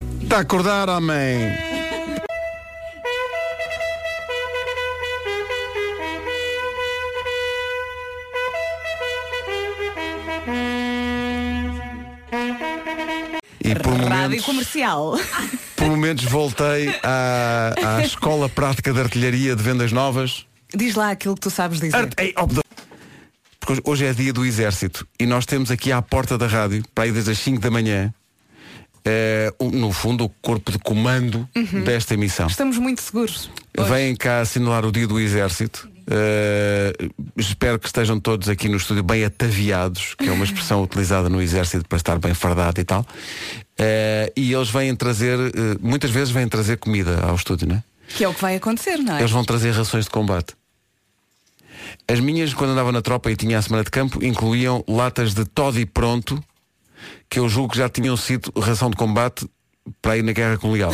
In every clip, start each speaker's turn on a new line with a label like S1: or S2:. S1: Tenta Tá acordar, homem. E por
S2: Rádio
S1: momentos,
S2: comercial.
S1: por momentos voltei à, à Escola Prática de Artilharia de Vendas Novas.
S2: Diz lá aquilo que tu sabes dizer.
S1: Arte- ei, ó, pedo- Porque hoje- hoje é dia do exército e nós temos aqui à porta da rádio, para aí desde as 5 da manhã, eh, o- no fundo o corpo de comando
S2: Uhum.
S1: desta emissão.
S2: Estamos muito seguros. hoje.
S1: Vêm cá assinalar o dia do exército. Eh, espero que estejam todos aqui no estúdio bem ataviados, que é uma expressão utilizada no exército para estar bem fardado e tal. Eh, e eles vêm trazer, eh, muitas vezes vêm trazer comida ao estúdio, não é?
S2: Que é o que vai acontecer, não é?
S1: Eles vão trazer rações de combate. As minhas, quando andava na tropa e tinha a semana de campo, incluíam latas de toddy pronto, que eu julgo que já tinham sido ração de combate para ir na guerra colonial.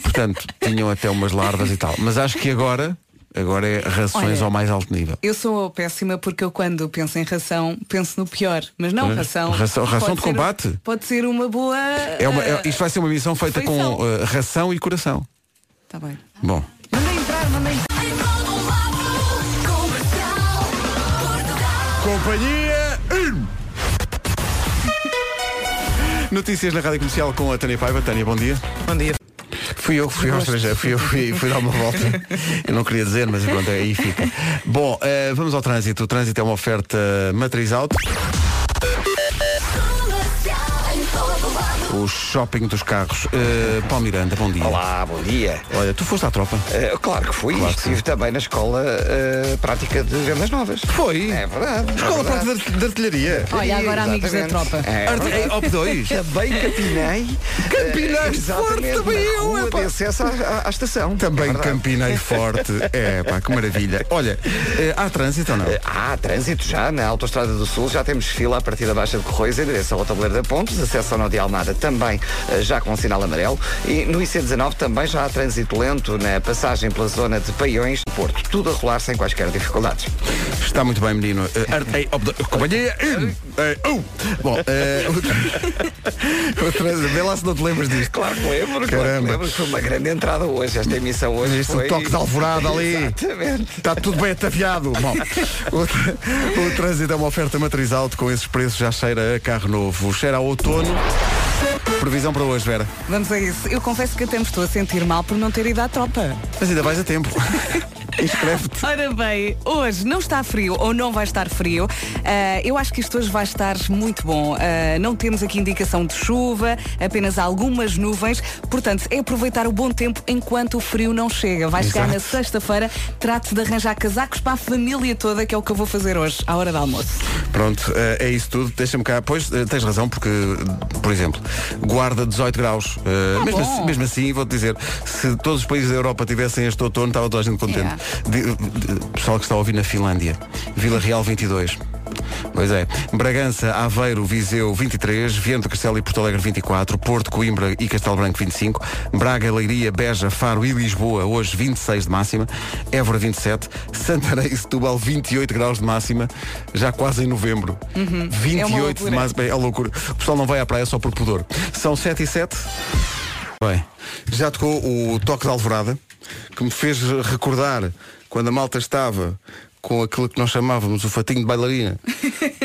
S1: Portanto, tinham até umas larvas e tal. Mas acho que agora, agora é rações
S2: Olha,
S1: ao mais alto nível.
S2: Eu sou péssima porque eu quando penso em ração penso no pior, mas não
S1: Pois.
S2: ração.
S1: Ração-
S2: pode
S1: ração de
S2: ser- um-
S1: combate?
S2: Pode ser uma boa.
S1: É uma,
S2: Eh,
S1: é- isto vai ser uma missão feita com
S2: Refeição.
S1: eh, ração e coração.
S2: Tá bem.
S1: Bom,
S2: Manda entrar, manda entrar.
S1: Companhia Irm. Notícias na Rádio Comercial com a Tânia Paiva. Tânia, bom dia. Bom dia. Fui eu que fui ao estrangeiro, fui eu fui, fui dar uma volta. Eu não queria dizer, mas pronto, aí fica. Bom, eh, vamos ao trânsito. O trânsito é uma oferta matriz alto. O shopping dos carros. Eh, Paulo Miranda, bom dia.
S3: Olá, bom dia.
S1: Olha, tu foste à tropa.
S3: Eh, claro que fui,
S1: Claro que
S3: estive também na escola eh, prática de vendas novas.
S1: Foi.
S3: É verdade.
S1: Escola
S3: é verdade.
S1: Prática de Artilharia.
S2: Olha, agora amigos da
S3: Exatamente.
S2: tropa.
S3: É
S1: Arte-
S3: verdade.
S1: eh, Op 2.
S3: Também capinei.
S1: Campinei
S3: eh, exatamente,
S1: forte, também
S3: na
S1: eu,
S3: rua
S1: epá.
S3: de acesso à, à- à estação. É
S1: Também
S3: verdade.
S1: campinei forte. É, pá, que maravilha. Olha, eh, há trânsito ou não?
S3: Eh, Há trânsito já na Autostrada do Sul, já temos fila a partir da Baixa de Corroios em direção ao Tabuleiro da Pontes, acesso ao Nó de Almada também eh, já com sinal amarelo e no IC19 também já há trânsito lento na passagem pela zona de Paiões do Porto, tudo a rolar sem quaisquer dificuldades.
S1: Está muito bem, menino. Eh, arte- eh, ob- Companhia. eh, eh, oh. Bom, eh, o tr- o trânsito. Vê lá se não te lembras disto.
S3: Claro que lembro, claro
S1: Caramba.
S3: que lembro, foi uma grande entrada hoje, esta emissão hoje
S1: Este
S3: foi...
S1: toque de alvorada ali.
S3: Exatamente.
S1: Está tudo bem ataviado. Bom, o, tr- o trânsito é uma oferta matriz alto com esses preços, já cheira a carro novo. Cheira a outono. Previsão para hoje, Vera.
S2: Vamos a isso. Eu confesso que até me estou a sentir mal por não ter ido à tropa.
S1: Mas ainda vais a tempo. Inscreve-te.
S2: Ora bem, hoje não está frio ou não vai estar frio. Ah, eu acho que isto hoje vai estar muito bom. Ah, não temos aqui indicação de chuva, apenas algumas nuvens. Portanto, é aproveitar o bom tempo enquanto o frio não chega. Vai chegar na
S1: Exato.
S2: sexta-feira. Trate de arranjar casacos para a família toda, que é o que eu vou fazer hoje, à hora do almoço.
S1: Pronto, eh, é isso tudo. Deixa-me cá. Pois eh, tens razão, porque, por exemplo, guarda 18 graus. Eh,
S2: Ah,
S1: mesmo,
S2: bom.
S1: assim, mesmo assim, vou-te dizer, se todos os países da Europa tivessem este outono, estava toda a gente contente. De- de- pessoal que está a ouvir na Finlândia, Vila Real 22. Pois é. Bragança, Aveiro, Viseu 23, Viento do Castelo e Porto Alegre 24, Porto, Coimbra e Castelo Branco 25, Braga, Leiria, Beja, Faro e Lisboa hoje 26 de máxima, Évora 27, Santarém e Setúbal 28 graus de máxima, já quase em novembro. 28
S2: Uhum. É loucura.
S1: de máxima, é loucura. O pessoal não vai à praia só por pudor. São 7 e 7. Bem, já tocou o toque de alvorada, que me fez recordar quando a malta estava com aquilo que nós chamávamos o fatinho de bailarina,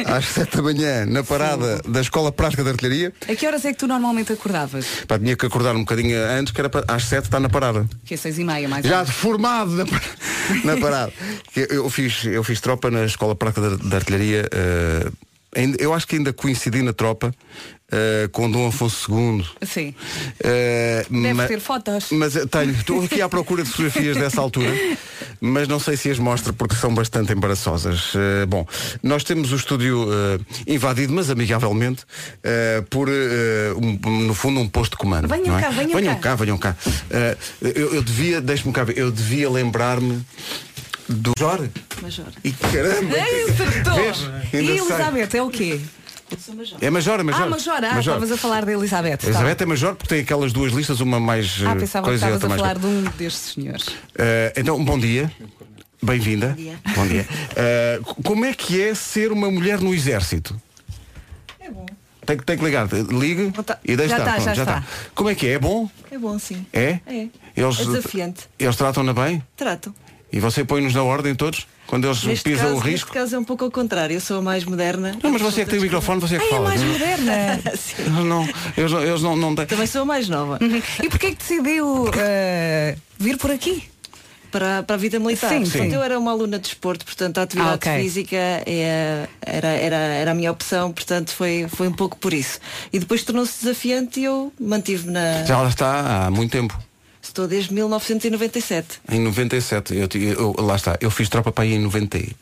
S1: às 7 da manhã, na parada da Escola Prática de Artilharia.
S2: A que horas é que tu normalmente acordavas?
S1: Pá, tinha que acordar um bocadinho antes, que era para, às 7 está na parada.
S2: Que é seis e meia, mais ou
S1: Já
S2: menos.
S1: formado na, par- na parada. Que Eu fiz, eu fiz tropa na Escola Prática de, de Artilharia. eh, ainda- eu acho que ainda coincidi na tropa eh, com Dom Afonso II.
S2: Sim.
S1: Eh,
S2: Deve
S1: ma-
S2: ter fotos.
S1: Mas eu tenho, estou aqui à procura de fotografias dessa altura, mas não sei se as mostro porque são bastante embaraçosas. Eh, bom, nós temos o estúdio eh, invadido, mas amigavelmente, eh, por, eh, um- no fundo, um posto de comando.
S2: Venham
S1: não é?
S2: cá, venham
S1: venham
S2: cá.
S1: cá. venham cá. Eh, eu, eu devia, deixe-me cá ver, eu devia lembrar-me do Major.
S2: Major.
S1: E caramba!
S2: Acertou!
S1: Vês?
S2: É E
S1: Ainda sei.
S2: Elizabeth é o quê?
S1: É Major, é Major.
S2: Ah, Major, ah,
S1: Major.
S2: estavas a falar da Elizabeth. tá
S1: Elizabeth é Major porque tem aquelas duas listas, uma mais
S2: bem. Ah,
S1: eh,
S2: pensava que
S1: coisa e
S2: estavas
S1: outra
S2: a
S1: mais.
S2: falar de um destes senhores.
S1: Eh, então, bom dia. Bem-vinda. Bom dia. Eh, c- como é que é ser uma mulher no exército? É bom. Tem, que- tem que ligar. Ligue
S4: Tá.
S1: e deixe
S2: Já
S1: estar.
S2: tá,
S1: Pronto,
S2: já
S1: já
S2: está.
S1: está. Como é que é? É bom?
S4: É bom, sim.
S1: É?
S4: É.
S1: Eles,
S4: É desafiante.
S1: Eles tratam-na bem?
S4: Trato.
S1: E você põe-nos na ordem todos? Quando eles pisam
S4: caso,
S1: o risco?
S4: neste caso é um pouco ao contrário. Eu sou a mais moderna.
S1: Não, mas você é que tem o microfone, você é que
S2: Ai, é
S1: fala.
S2: mais moderna.
S4: Sim.
S1: Não, não, eles, não- eles não, não têm.
S4: Também sou a mais nova.
S2: e porquê é que decidiu eh, vir por aqui?
S4: Para, para a vida militar.
S2: Sim,
S4: Portanto,
S2: sim.
S4: Eu era uma aluna de desporto, portanto a atividade
S2: Ah, ok.
S4: física é, era, era, era a minha opção, portanto foi, foi um pouco por isso. E depois tornou-se desafiante e eu mantive-me na.
S1: Já lá está há muito tempo.
S4: Estou desde 1997.
S1: Em 97, eu, ti- eu- lá está, eu fiz tropa para aí em 94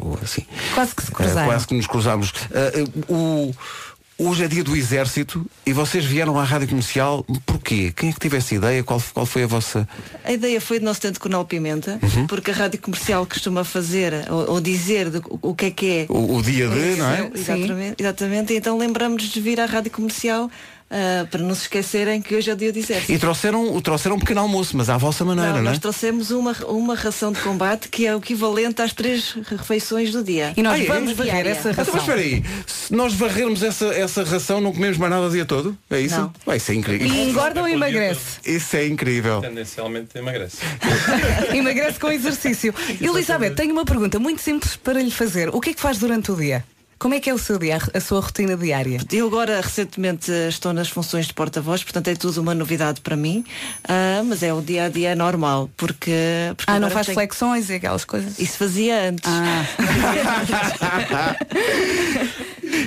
S1: ou assim.
S2: Quase que se
S1: Eh,
S2: cruzaram.
S1: quase que nos cruzámos. Eh, eh, o, hoje é dia do Exército e vocês vieram à Rádio Comercial porquê? Quem é que tive essa ideia? Qual, qual foi a vossa.
S4: A ideia foi do nosso tanto Conal Pimenta,
S1: Uhum.
S4: porque a rádio comercial costuma fazer ou, ou dizer do- o que é que é
S1: O, o dia de, não é?
S4: Exatamente, Exatamente, exatamente. Então lembramos de vir à rádio comercial ah, para não se esquecerem que hoje é o dia do exército.
S1: E trouxeram, trouxeram um pequeno almoço, mas à vossa maneira,
S4: Não,
S1: não,
S4: nós
S1: é?
S4: trouxemos uma, uma ração de combate que é o equivalente às três refeições do dia.
S2: E nós
S1: Ah, é?
S2: vamos varrer
S4: Diária.
S2: essa
S1: Então,
S2: ração.
S1: mas espera aí, se nós varrermos essa, essa ração, não comemos mais nada o dia todo? É isso?
S4: Não.
S1: Vai, isso é incrível.
S2: E engorda ou emagrece?
S1: Isso é incrível.
S5: Tendencialmente emagrece.
S2: Emagrece com exercício. Elizabeth, tenho uma pergunta muito simples para lhe fazer. O que é que faz durante o dia? Como é que é o seu dia, a sua rotina diária?
S4: Eu agora recentemente eh, estou nas funções de porta-voz, portanto é tudo uma novidade para mim, ah, mas é o dia a dia normal, porque, porque
S2: Ah, não
S4: agora
S2: faz
S4: tenho-
S2: flexões e aquelas coisas?
S4: Isso fazia antes.
S2: Ah.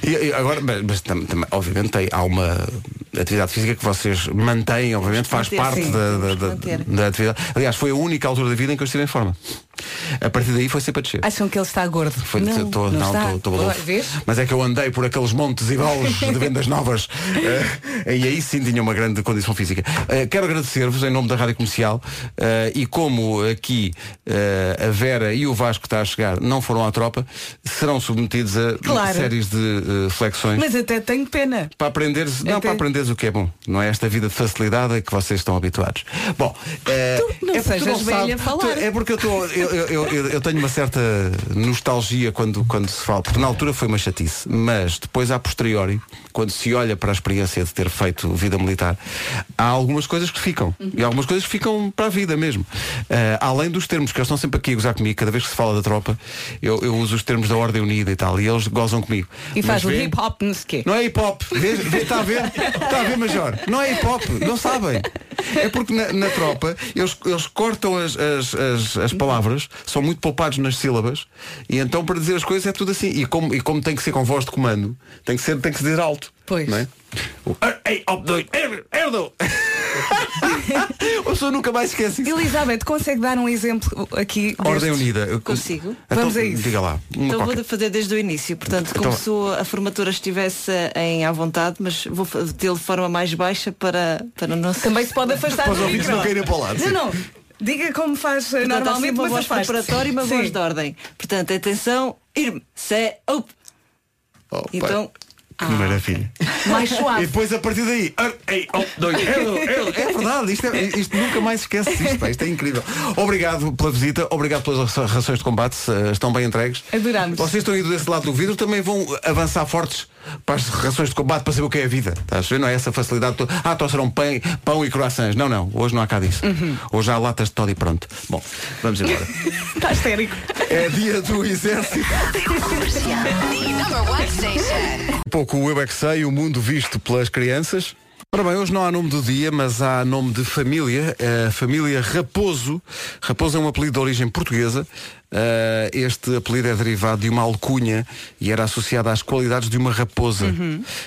S1: E, e agora, mas, mas tam- tam- obviamente tem- há uma atividade física que vocês mantêm, obviamente faz
S4: manter,
S1: parte
S4: sim,
S1: da, da,
S4: temos que
S1: da-
S4: manter.
S1: da atividade. Aliás, foi a única altura da vida em que eu estive em forma. A partir daí foi sempre a descer.
S2: Acham que ele está gordo?
S1: Foi de- tô- não,
S2: está.
S1: tô- tô balofo.
S2: Vês?
S1: Mas é que eu andei por aqueles montes e vales de vendas novas eh, e aí sim tinha uma grande condição física. Eh, quero agradecer-vos em nome da Rádio Comercial eh, e como aqui eh, a Vera e o Vasco que está a chegar não foram à tropa, serão submetidos a
S2: Claro.
S1: séries de eh, flexões.
S2: Mas Então até tenho pena.
S1: Para aprenderes, não,
S2: Até-
S1: para aprenderes o que é bom. Não é esta vida de facilidade a que vocês estão habituados. Bom, eh,
S2: Tu não
S1: é porque tu
S2: sejas velha
S1: sabes-
S2: a falar.
S1: tu- é porque eu, estou eu, eu, eu- eu tenho uma certa nostalgia quando, quando se fala, porque na altura foi uma chatice, mas depois, a posteriori, quando se olha para a experiência de ter feito vida militar, há algumas coisas que ficam. E algumas coisas que ficam para a vida mesmo. Eh, além dos termos que eles estão sempre aqui a gozar comigo, cada vez que se fala da tropa, eu, eu uso os termos da Ordem Unida e tal, e eles gozam comigo.
S2: E faz
S1: Mas
S2: o
S1: vê-
S2: hip hop, não sei o quê.
S1: não é hip hop. Está a ver? Está a ver, Major? Não é hip hop. Não sabem. É porque na, na tropa eles, eles cortam as, as, as, as palavras, são muito poupados nas sílabas, e então para dizer as coisas é tudo assim. E como, e como tem que ser com voz de comando, tem que, ser, tem que se dizer alto.
S2: Pois.
S1: Não é? O er- ei, op, dois, er- erdo. A pessoa nunca mais esquece isso.
S2: Elizabeth, consegue dar um exemplo aqui?
S1: Ordem
S2: destes?
S1: Unida.
S4: Consigo.
S1: Então,
S2: Vamos a isso.
S1: Diga lá. Uma
S4: Então
S1: qualquer.
S4: vou fazer desde o início, portanto,
S1: Então-
S4: como se o- a formatura estivesse em à vontade, mas vou fa- tê-lo de forma mais baixa para, para não se
S2: Também se pode afastar
S1: Para os
S2: do
S1: ouvidos
S2: micro.
S1: não caírem para o lado. sim.
S2: Não, não. Diga como faz eh,
S4: Portanto, há Então
S2: normalmente,
S4: sempre uma
S2: mas
S4: voz
S2: afaste-se.
S4: preparatória e uma
S2: Sim.
S4: voz de ordem. Portanto, atenção, irme, se, up.
S1: Oh, pá,
S4: Então,
S1: que maravilha.
S2: Mais suave.
S1: E depois a partir daí. ar- ei, oh, dois, eu, eu. É verdade, isto, é- isto nunca mais esquece isto, pá, isto é incrível. Obrigado pela visita, obrigado pelas ra- rações de combate, se, eh, estão bem entregues.
S2: Adorámos.
S1: Vocês estão indo desse lado do vidro, também vão avançar fortes para as rações de combate para saber o que é a vida. Estás a ver? Não é essa facilidade toda. Ah, trouxeram pão, pão e croissants. Não, não, hoje não há cá disso. Hoje há latas de todo e pronto. Bom, vamos embora.
S2: Está histérico.
S1: é dia do exército.
S6: The number one station.
S1: pouco o Eu é que sei, o mundo visto pelas crianças. Ora bem, hoje não há nome do dia, mas há nome de família, É a família Raposo. Raposo é um apelido de origem portuguesa. Eh, este apelido é derivado de uma alcunha e era associado às qualidades de uma raposa.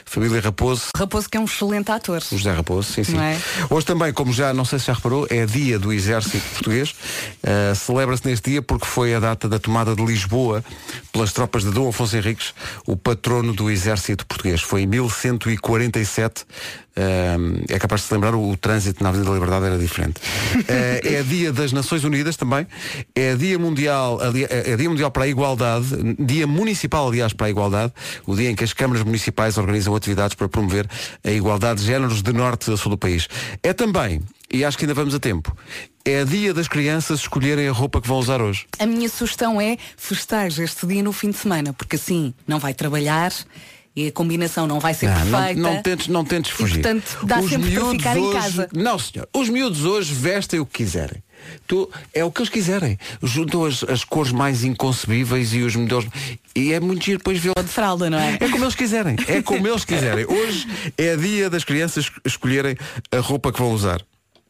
S1: Família Raposo,
S2: Uhum. Raposo que é um excelente ator.
S1: o José Raposo, sim, sim.
S2: Não é?
S1: Hoje também, como já, não sei se já reparou, é dia do Exército Português. Uh, Celebra-se neste dia porque foi a data da tomada de Lisboa pelas tropas de Dom Afonso Henriques, o patrono do Exército Português. Foi em 1147. um, é capaz de se lembrar, o, o trânsito na Avenida da Liberdade era diferente. Uh, é dia das Nações Unidas também. É dia mundial, ali- é dia mundial para a igualdade, dia municipal, aliás, para a igualdade, o dia em que as câmaras municipais organizam atividades para promover a igualdade de géneros de norte a sul do país. É também, e acho que ainda vamos a tempo, é dia das crianças escolherem a roupa que vão usar hoje.
S2: A minha sugestão é festejar este dia no fim de semana, porque assim não vai trabalhar E a combinação não vai ser
S1: Ah, não,
S2: perfeita.
S1: não, tentes, não tentes fugir.
S2: portanto, dá sempre para ficar em
S1: hoje-
S2: casa.
S1: Não, senhor. Os miúdos hoje vestem o que quiserem. Tu, é o que eles quiserem. Juntam as, as cores mais inconcebíveis e os melhores. E é muito giro depois vê
S2: Ou de fralda, não é?
S1: é como eles quiserem. É como eles quiserem. Hoje é dia das crianças es- escolherem a roupa que vão usar.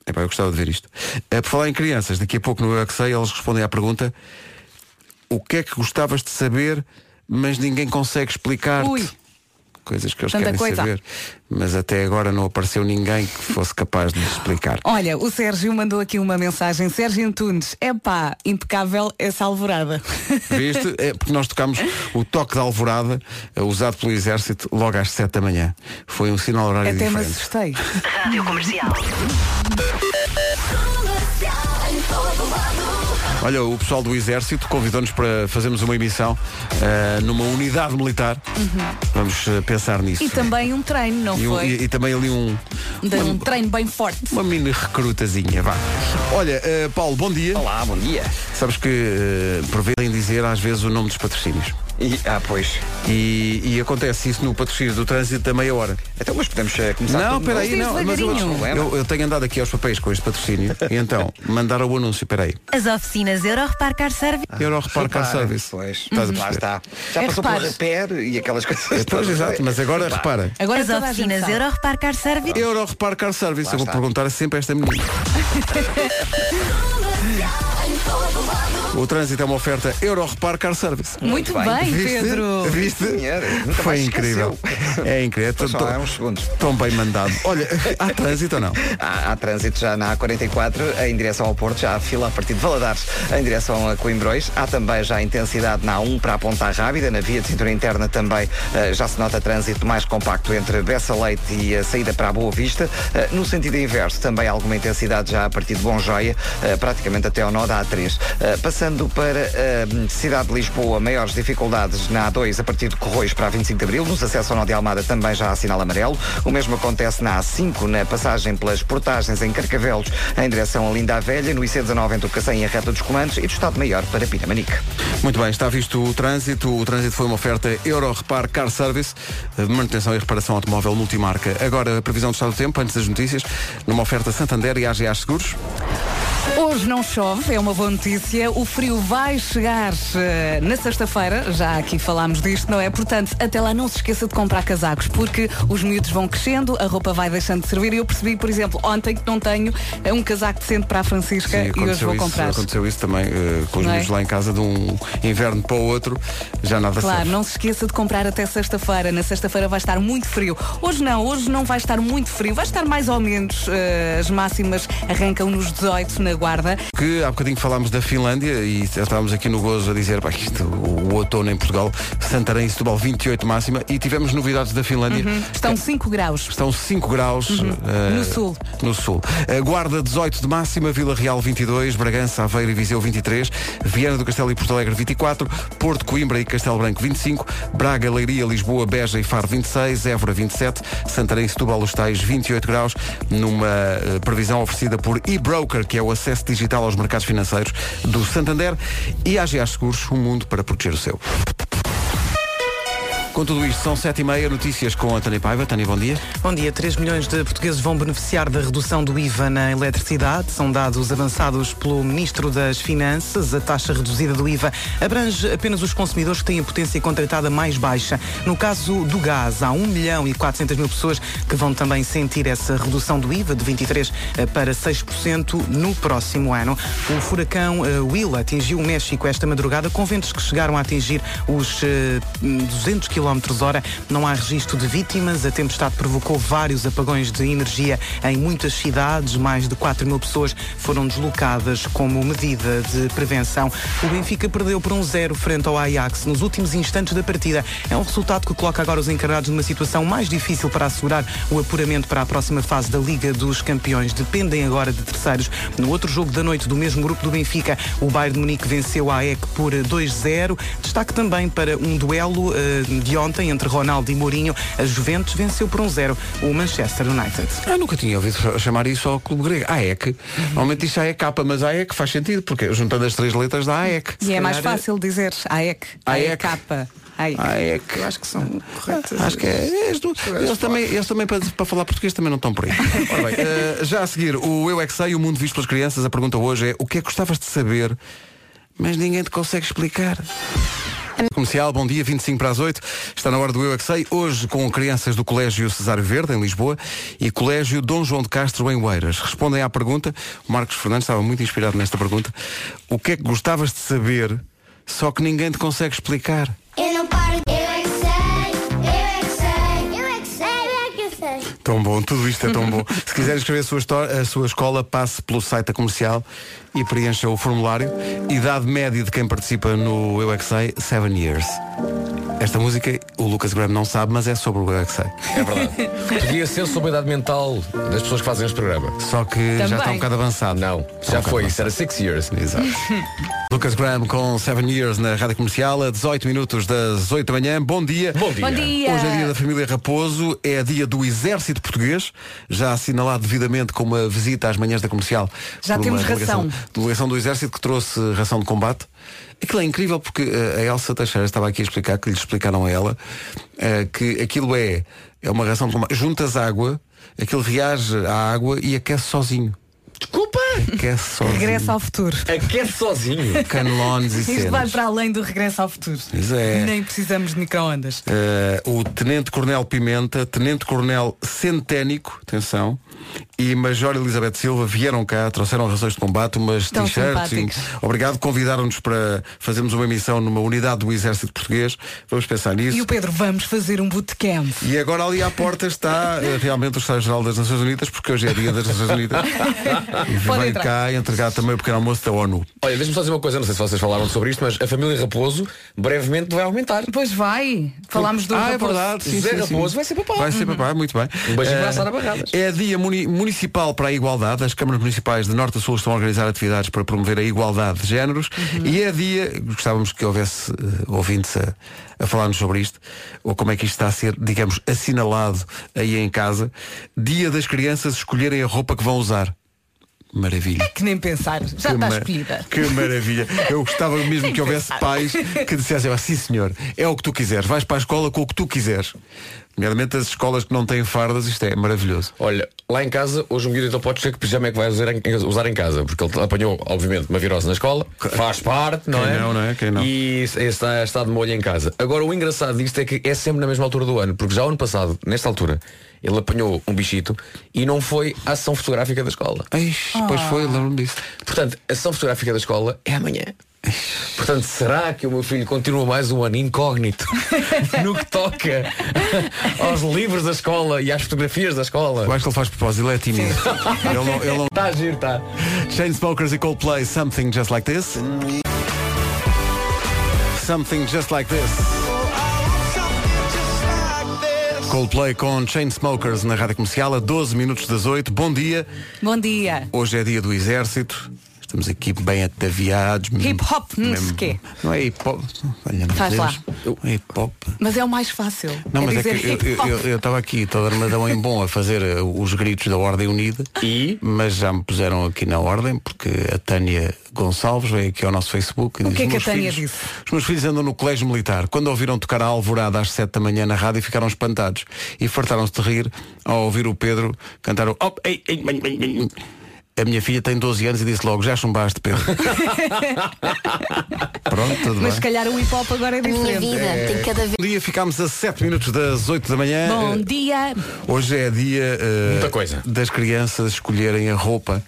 S1: Epá, eu gostava de ver isto. É, por falar em crianças, daqui a pouco no Eu É Que Sei, eles respondem à pergunta o que é que gostavas de saber, mas ninguém consegue
S2: Ui.
S1: explicar-te. Coisas que eles
S2: Tanta
S1: querem
S2: coisa.
S1: saber. Mas até agora não apareceu ninguém que fosse capaz de lhes explicar.
S2: Olha, o Sérgio mandou aqui uma mensagem. Sérgio Antunes, é pá, impecável essa alvorada.
S1: Viste? É porque nós tocámos o toque da alvorada, eh, usado pelo exército, logo às 7 da manhã. Foi um sinal horário
S2: Até me
S1: diferente.
S2: assustei.
S6: Rádio Comercial.
S1: Olha, o pessoal do Exército convidou-nos para fazermos uma emissão eh, numa unidade militar. Vamos eh, pensar nisso.
S2: Uhum. E também um treino, não
S1: E um-
S2: foi?
S1: e- e também ali um.
S2: De um
S1: Uma,
S2: treino bem forte.
S1: uma mini recrutazinha, vá. Olha, eh, Paulo, bom dia.
S3: Olá, bom dia.
S1: Sabes que eh, prevêem dizer às vezes o nome dos patrocínios.
S3: E, ah, pois.
S1: E, e acontece isso no patrocínio do trânsito da meia hora.
S3: Então, mas podemos eh, começar
S1: não,
S3: por...
S1: peraí,
S2: Mas
S1: não.
S2: tens
S1: Mas eu,
S2: devagarinho.
S1: eu, eu tenho andado aqui aos papéis com este patrocínio. e então, mandaram o anúncio, peraí.
S5: As oficinas Euro Repar Car Service.
S1: Euro Repar Car
S3: Ah. Repara,
S1: Service.
S3: Pois,
S1: Estás a
S3: lá
S1: perceber? É,
S3: está. Já
S2: É
S3: passou pelo
S2: reparos.
S3: repair e aquelas coisas.
S1: Pois,
S3: todas. é?
S1: exato, mas agora repara.
S2: Agora
S5: As
S2: É toda a gente
S5: oficinas
S2: sabe.
S5: Euro Repar Car Service.
S1: Euro Repar Car Service.
S3: Lá
S1: eu vou
S3: está.
S1: perguntar sempre a esta menina. o trânsito é uma oferta Euro Repar Car Service.
S2: Muito
S3: Muito
S2: bem,
S3: bem.
S2: Pedro.
S1: Viste?
S3: Senhora, nunca
S1: Foi
S3: mais
S1: incrível.
S3: esqueceu.
S1: É incrível.
S3: Foi só
S1: Tão-
S3: há uns segundos.
S1: Tão bem mandado. Olha, há trânsito ou não?
S3: Há, há trânsito já na A44 em direção ao Porto, já há fila a partir de Valadares em direção a Coimbrões. Há também já intensidade na A1 para a Ponta Rábida, na via de cintura interna também eh, já se nota trânsito mais compacto entre Bessa Leite e a saída para a Boa Vista. Eh, no sentido inverso, também alguma intensidade já a partir de Bonjoia, eh, praticamente até ao nó da A3. Eh, passando para a cidade de Lisboa, maiores dificuldades na A2 a partir de Corroios para a 25 de Abril. Nos acessos ao nó de Almada também já há sinal amarelo. O mesmo acontece na A5, na passagem pelas portagens em Carcavelos, em direção a Linda a Velha, no IC19 entre o Cacém e a reta dos comandos e do Estado Maior para Pinamanique.
S1: Muito bem, está visto o trânsito. O trânsito foi uma oferta Euro Repar Car Service, de manutenção e reparação automóvel multimarca. Agora, a previsão do estado do tempo, antes das notícias, numa oferta Santander e AGA Seguros.
S2: Hoje não chove, é uma boa notícia. O frio vai chegar eh, na sexta-feira, já aqui falámos disto, não é? Portanto, até lá não se esqueça de comprar casacos, porque os miúdos vão crescendo, a roupa vai deixando de servir. E eu percebi, por exemplo, ontem que não tenho eh, um casaco decente para a Francisca e hoje vou
S1: isso,
S2: comprar.
S1: aconteceu isso também eh, com os
S2: Não é?
S1: miúdos lá em casa, de um inverno para o outro, já nada
S2: Claro,
S1: serve.
S2: não se esqueça de comprar até sexta-feira. Na sexta-feira vai estar muito frio. Hoje não, hoje não vai estar muito frio. Vai estar mais ou menos. eh, as máximas arrancam nos 18 na guarda.
S1: Que há bocadinho falámos da Finlândia e já estávamos aqui no gozo a dizer pá, que isto, o outono em Portugal, Santarém e Setúbal 28 máxima e tivemos novidades da Finlândia.
S2: Estão 5 graus.
S1: Estão 5 graus eh,
S2: Uhum. No sul.
S1: no sul. Eh, Guarda 18 de máxima, Vila Real 22, Bragança, Aveiro e Viseu 23, Viana do Castelo e Porto Alegre 24, Porto, Coimbra e Castelo Branco 25, Braga, Leiria, Lisboa, Beja e Faro 26, Évora 27, Santarém e Setúbal os tais 28 graus, numa eh, previsão oferecida por eBroker, que é o acesso digital aos mercados financeiros do Santander e AGA Seguros, um mundo para proteger o seu. Com tudo isto, são 7h30, notícias com a Tânia Paiva. Tânia, bom dia.
S7: Bom dia. 3 milhões de portugueses vão beneficiar da redução do IVA na eletricidade. São dados avançados pelo Ministro das Finanças. A taxa reduzida do IVA abrange apenas os consumidores que têm a potência contratada mais baixa. No caso do gás, há 1 milhão e 400 mil pessoas que vão também sentir essa redução do IVA de 23% eh, para 6% no próximo ano. O furacão eh, Will atingiu o México esta madrugada com ventos que chegaram a atingir os eh, 200 km hora. Não há registro de vítimas. A tempestade provocou vários apagões de energia em muitas cidades. Mais de 4 mil pessoas foram deslocadas como medida de prevenção. O Benfica perdeu por 1-0 frente ao Ajax nos últimos instantes da partida. É um resultado que coloca agora os encarnados numa situação mais difícil para assegurar o apuramento para a próxima fase da Liga dos Campeões. Dependem agora de terceiros. No outro jogo da noite do mesmo grupo do Benfica, o Bayern de Munique venceu a AEC por 2-0. Destaque também para um duelo eh, de ontem entre Ronaldo e Mourinho. A Juventus venceu por 1-0 o Manchester United.
S1: Eu nunca tinha ouvido chamar isso ao clube grego. AEC.
S7: Uhum.
S1: Normalmente isto é capa, mas AEC faz sentido, porque juntando as três letras dá AEC.
S2: E é mais
S7: calhar-
S2: fácil dizer AEC.
S1: AEC.
S2: AEK. Ai.
S1: Ai, é que...
S7: Eu acho que são corretas.
S1: Acho que é. és tu. Eles também, eles também para, para falar português também não estão por aí. Ora bem, eh, já a seguir, o Eu é que sei, o mundo visto pelas crianças, a pergunta hoje é o que é que gostavas de saber, mas ninguém te consegue explicar. Comercial, bom dia, 25 para as 8. Está na hora do Eu é que sei, hoje com crianças do Colégio Cesário Verde, em Lisboa, e Colégio Dom João de Castro, em Oeiras. Respondem à pergunta, o Marcos Fernandes estava muito inspirado nesta pergunta, o que é que gostavas de saber, só que ninguém te consegue explicar?
S8: Eu não paro. Eu é que sei, eu é que sei, eu é que sei, eu é que sei.
S1: Tão bom, tudo isto é tão bom. Se quiser escrever a sua, histó- a sua escola, passe pelo site da comercial e preencha o formulário. Idade média de quem participa no Eu é Que Sei, 7 years. Esta música, o Lucas Graham não sabe, mas é sobre o Eu é Que Sei.
S9: É verdade. Podia ser sobre a idade mental das pessoas que fazem este programa.
S1: Só que já
S2: Também.
S1: está um bocado avançado.
S9: Não,
S1: Está um
S9: já
S1: bocado
S9: foi, isso era six years.
S1: Exato. Lucas Graham com 7 Years na Rádio Comercial, a 18 minutos das 8 da manhã. Bom dia.
S9: Bom dia.
S2: Bom dia.
S1: Hoje é dia da família Raposo, é dia do Exército Português, já assinalado devidamente com uma visita às manhãs da comercial.
S2: Já
S1: por
S2: temos
S1: uma delegação,
S2: ração.
S1: Delegação do Exército que trouxe ração de combate. Aquilo é incrível porque eh, a Elsa Teixeira estava aqui a explicar, que lhe explicaram a ela, eh, que aquilo é, é uma ração de combate. Juntas água, aquilo reage à água e aquece sozinho.
S9: Desculpa!
S1: Aquece sozinho.
S2: Regresso ao futuro.
S9: Aquece sozinho.
S1: Canelones e
S2: Isto vai
S1: cenas.
S2: para além do regresso ao futuro.
S1: Pois é.
S2: Nem precisamos de microondas.
S1: Eh, o Tenente Coronel Pimenta, Tenente Coronel Centénico, atenção, e Major Elizabeth Silva vieram cá, trouxeram rações de combate, umas
S2: Tão
S1: t-shirts. e-
S2: simpáticos.
S1: Obrigado, convidaram-nos para fazermos uma missão numa unidade do Exército Português. Vamos pensar nisso.
S2: E o Pedro, vamos fazer um bootcamp.
S1: E agora ali à porta está eh, realmente o Estado-Geral das Nações Unidas, porque hoje é dia das Nações Unidas. E
S2: Pode
S1: vem
S2: entrar.
S1: cá entregar também o pequeno almoço da ONU.
S9: Olha, deixa-me só dizer uma coisa, não sei se vocês falaram sobre isto, mas a família Raposo brevemente vai aumentar.
S2: Pois vai. Falámos do
S1: ah,
S2: Raposo.
S1: é verdade. Sim,
S9: Zé
S1: sim,
S9: Raposo
S1: sim.
S9: vai ser papá.
S1: Vai ser papá, muito bem.
S9: Um beijinho
S1: Eh,
S9: para a Sara Barradas.
S1: É dia muni- municipal para a igualdade. As câmaras municipais de Norte a Sul estão a organizar atividades para promover a igualdade de géneros.
S2: Uhum.
S1: E é dia, gostávamos que houvesse eh, ouvintes a, a falar-nos sobre isto, ou como é que isto está a ser, digamos, assinalado aí em casa. Dia das crianças escolherem a roupa que vão usar. Maravilha.
S2: Que nem pensar. Já
S1: Que
S2: está
S1: ma-
S2: escolhida.
S1: Que maravilha. Eu gostava mesmo que houvesse pais que dissessem, ah, sim senhor, é o que tu quiseres, vais para a escola com o que tu quiseres. Nomeadamente as escolas que não têm fardas, isto é maravilhoso.
S9: Olha, lá em casa, hoje o miúdo então pode dizer que pijama é que vai usar em, usar em casa, porque ele apanhou, obviamente, uma virose na escola, faz parte, não
S1: Quem
S9: é?
S1: não, não é? Quem não?
S9: E esse- esse está, está de molho em casa. Agora, o engraçado disto é que é sempre na mesma altura do ano, porque já o ano passado, nesta altura, ele apanhou um bichito e não foi à ação fotográfica da escola.
S1: Eish, Pois foi, lembro-me disso.
S9: Portanto, a ação fotográfica da escola é amanhã. Portanto, será que o meu filho continua mais um ano incógnito no que toca aos livros da escola e às fotografias da escola?
S1: Eu acho que ele faz propósito, ele é tímido. Ele não, ele não...
S9: Está Tá a giro, está.
S1: Chainsmokers e Coldplay, Something Just Like This. Something Just Like This. Coldplay com Chainsmokers na Rádio Comercial a 12 minutos das 8. Bom dia.
S2: Bom dia.
S1: Hoje é dia do exército. Estamos aqui bem ataviados.
S2: Hip hop, não sei
S1: Hum. Mesmo-
S2: quê.
S1: Não é hip hop. Olha, meu
S2: Faz
S1: Deus.
S2: lá.
S1: É Hip hop.
S2: Mas é o mais fácil.
S1: Não, mas é
S2: dizer
S1: que eu-
S2: hip
S1: eu-
S2: hop.
S1: eu eu estava aqui todo armadão em bom a fazer eh, os gritos da Ordem Unida.
S9: E?
S1: Mas já me puseram aqui na ordem porque a Tânia Gonçalves veio aqui ao nosso Facebook e
S2: que é que
S1: "Meus
S2: a Tânia
S1: filhos-
S2: disse?"
S1: Os meus filhos andam no colégio militar. Quando ouviram tocar a alvorada às 7 da manhã na rádio ficaram espantados e fartaram-se de rir ao ouvir o Pedro cantar o "Op, ei, ei, bem, bem, bem". A minha filha tem 12 anos e disse logo, já chumbaste, Pedro. Pronto, tudo
S2: Mas se
S1: bem.
S2: calhar o hip hop agora é diferente.
S6: vida tem cada vez.
S1: Um dia ficámos a 7 minutos das 8 da manhã.
S2: Bom dia.
S1: Hoje é dia eh,
S9: Muita coisa.
S1: das crianças escolherem a roupa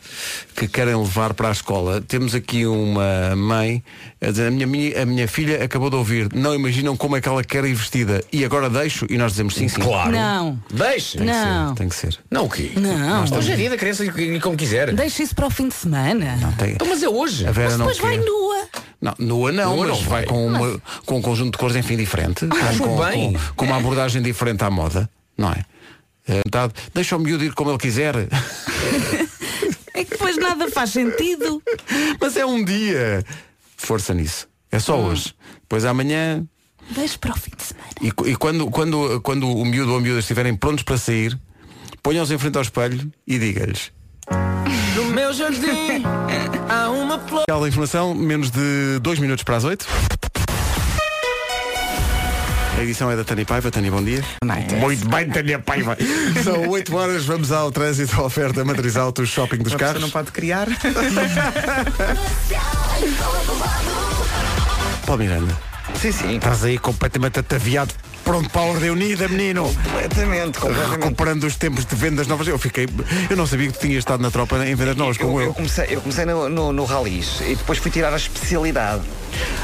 S1: que querem levar para a escola. Temos aqui uma mãe a dizer, a minha, mi- a minha filha acabou de ouvir, não imaginam como é que ela quer ir vestida. E agora deixo e nós dizemos sim, sim.
S9: Claro.
S2: Não.
S9: Deixe.
S2: Não.
S1: Sim, tem que ser.
S9: Não o quê?
S2: Não.
S9: Hoje é dia da criança e como quiser.
S2: Deixa isso para o fim de semana.
S1: Tem-
S9: Então, mas é hoje.
S1: A Vera não
S2: Depois vai
S1: quer.
S2: nua.
S1: Não, nua não,
S9: Nua
S1: mas
S9: não
S1: vai,
S9: vai.
S1: Com, uma- com um conjunto de cores, enfim, diferente.
S9: Acho
S1: com,
S9: bem.
S1: com- com uma abordagem diferente à moda, não é? Eh, tá, deixa o miúdo ir como ele quiser.
S2: É que depois nada faz sentido.
S1: Mas é um dia. Força nisso. É só hoje. Depois amanhã.
S2: Deixa para o fim de semana.
S1: E, cu- e quando, quando, quando o miúdo ou a miúda estiverem prontos para sair, ponham-os em frente ao espelho e diga-lhes. No meu jardim há uma flor. informação, menos de dois minutos para as oito. A edição é da Tânia Paiva. Tânia, bom dia.
S7: Night.
S1: Muito bem, Tânia Paiva. São 8 horas, vamos ao trânsito, à oferta matriz auto, shopping dos
S7: Uma pessoa
S1: carros.
S7: não pode criar.
S1: Paulo Miranda,
S3: Sim, sim.
S1: estás aí completamente ataviado. Pronto para a Ordem Unida, menino.
S3: Completamente, completamente.
S1: Recuperando os tempos de vendas novas. Eu fiquei. Eu não sabia que tinha estado na tropa em vendas novas, como
S3: Eu,
S1: eu.
S3: eu comecei, eu comecei no, no, no ralis e depois fui tirar a especialidade.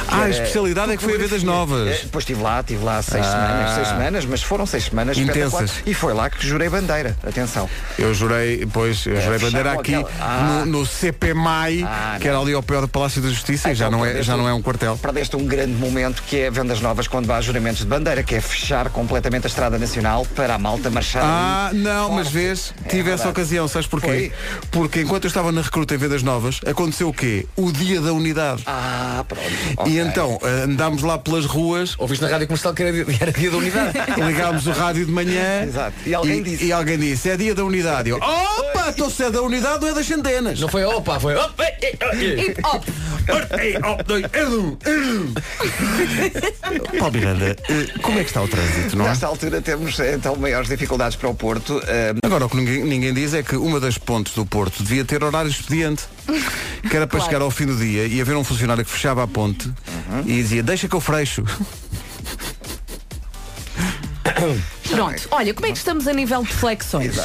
S1: Ah, a
S3: Eh,
S1: especialidade é que foi a vendas
S3: Eh,
S1: novas. Ah.
S3: Depois estive lá, estive lá seis semanas, seis semanas, mas foram seis semanas
S1: Intensas.
S3: espetaculares. E foi lá que jurei bandeira, atenção.
S1: Eu jurei, pois, eu jurei bandeira
S3: fecharam
S1: aqui
S3: É, aquela- Ah.
S1: no, no CPMAI,
S3: Ah,
S1: que era ali ao pé do Palácio da Justiça, e já não, é, já não é um quartel.
S3: Perdeste um grande momento que é vendas novas quando há juramentos de bandeira, que é fechar completamente a Estrada Nacional para a malta marchar.
S1: Ah,
S3: ali
S1: não, mas
S3: forte.
S1: vês,
S3: É
S1: tive essa
S3: verdade.
S1: ocasião, sabes porquê? Porque enquanto eu estava na recruta em vendas novas, aconteceu o quê? O dia da unidade.
S3: Ah, pronto.
S1: E
S3: ok.
S1: então eh, andámos lá pelas ruas,
S9: Ouviste na rádio comercial que era dia, era dia da unidade.
S1: ligámos o rádio de manhã
S3: Exato. E alguém disse.
S1: e alguém disse, é dia da unidade. Eu, opa, estou se é da unidade ou é das centenas.
S9: Não foi opa, foi opa.
S1: é,
S9: eh, eh, eh.
S1: um, Paulo Miranda, eh, como é que está o trânsito, não é?
S3: Nesta altura temos eh, então maiores dificuldades para o Porto. eh,
S1: Agora, o que ninguém, ninguém diz é que uma das pontes do Porto devia ter horário expediente, que era para chegar ao fim do dia e haver um funcionário que fechava a ponte
S3: Uhum.
S1: e dizia, deixa que eu freixo.
S2: Pronto, olha, como é que estamos a nível de flexões?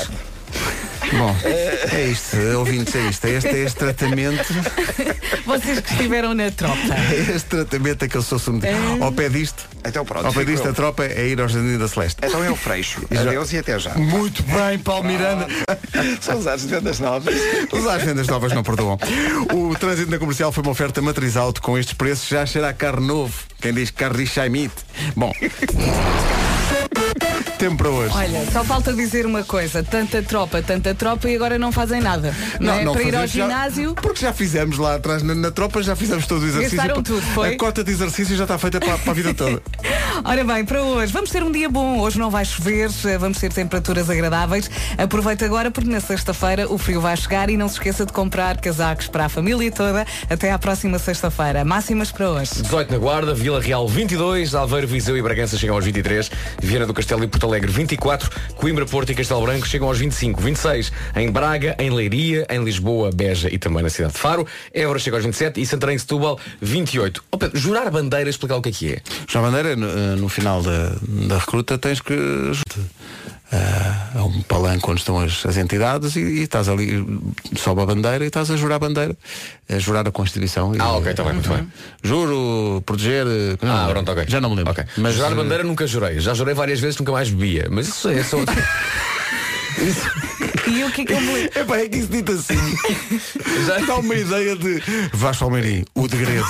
S1: Bom, é isto, ouvintes, é isto. É este, é este tratamento,
S2: Vocês que estiveram na tropa.
S1: é este tratamento a que eu sou submetido. Ao pé disto,
S3: É. Então pronto,
S1: ao pé
S3: fico
S1: disto
S3: eu.
S1: a tropa é ir ao Jardim da Celeste.
S3: Então eu freixo. Adeus e até já.
S1: Muito bem, Paulo Miranda.
S3: São os ares de vendas novas.
S1: Os às vendas novas não perdoam. O trânsito na comercial foi uma oferta matriz alto com estes preços. Já cheira a carne novo. Quem diz carne diz chaimite. Bom. Tempo para hoje.
S2: Olha, só falta dizer uma coisa, tanta tropa, tanta tropa e agora não fazem nada. Não, é? Para ir ao
S1: fazemos já-
S2: ginásio.
S1: porque já fizemos lá atrás na, na tropa, já fizemos todo o exercício.
S2: Gastaram
S1: Pa-
S2: tudo, foi?
S1: A cota de exercício já está feita para, para a vida toda.
S2: Ora bem, para hoje, vamos ter um dia bom. Hoje não vai chover, eh, vamos ter temperaturas agradáveis. Aproveita agora porque na sexta-feira o frio vai chegar e não se esqueça de comprar casacos para a família toda. Até à próxima sexta-feira. Máximas para hoje.
S9: 18 na Guarda, Vila Real 22, Aveiro, Viseu e Bragança chegam aos 23, Viana do Castelo e Porto Alegre 24, Coimbra, Porto e Castelo Branco chegam aos 25, 26 em Braga, em Leiria, em Lisboa, Beja e também na cidade de Faro, Évora chega aos 27 e Santarém e Setúbal 28. Oh, Pedro, jurar bandeira, explicar o que é que é.
S1: Já bandeira, no, eh, no final da, da recruta tens que eh, a um palanque onde estão as, as entidades e, e estás ali, sobe a bandeira e estás a jurar a bandeira, a jurar a Constituição. e- Uhum.
S9: Ah, ok, está bem, muito bem.
S1: Juro, proteger. eh, não,
S9: Ah, pronto, ok.
S1: Já não me lembro.
S9: Ok.
S1: Mas
S9: jurar
S1: eh,
S9: bandeira nunca jurei. Já jurei várias vezes, nunca mais bebia. Mas isso é só.
S2: E o que é que eu vou...
S1: É pá, é que isso dito assim.
S9: Já- é
S1: Dá uma ideia de. Vasco Almeirim, o degredo.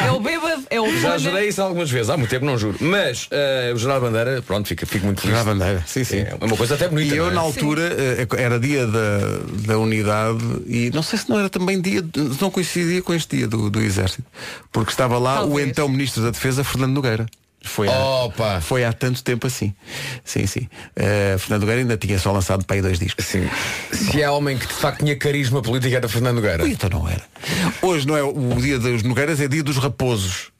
S2: É o bêbado, é o
S9: Já
S2: fone.
S9: jurei isso algumas vezes, há muito tempo não juro. Mas eh, o jurar bandeira, pronto, fica, fico muito feliz.
S1: Jurar bandeira, sim, sim.
S9: É uma coisa até bonita.
S1: E eu
S9: não é?
S1: na altura eh, era dia da, da unidade e não sei se não era também dia, de- não coincidia com este dia do, do Exército, porque estava lá
S2: Talvez.
S1: o então Ministro da Defesa, Fernando Nogueira. Foi
S9: Opa!
S1: há, foi há tanto tempo assim. Sim, sim. Eh, Fernando Nogueira ainda tinha só lançado para aí dois discos.
S9: Sim. Se há homem que de facto tinha carisma política era Fernando Guerra.
S1: Ui, Então não era. Hoje não é o dia dos Nogueiras, é dia dos raposos.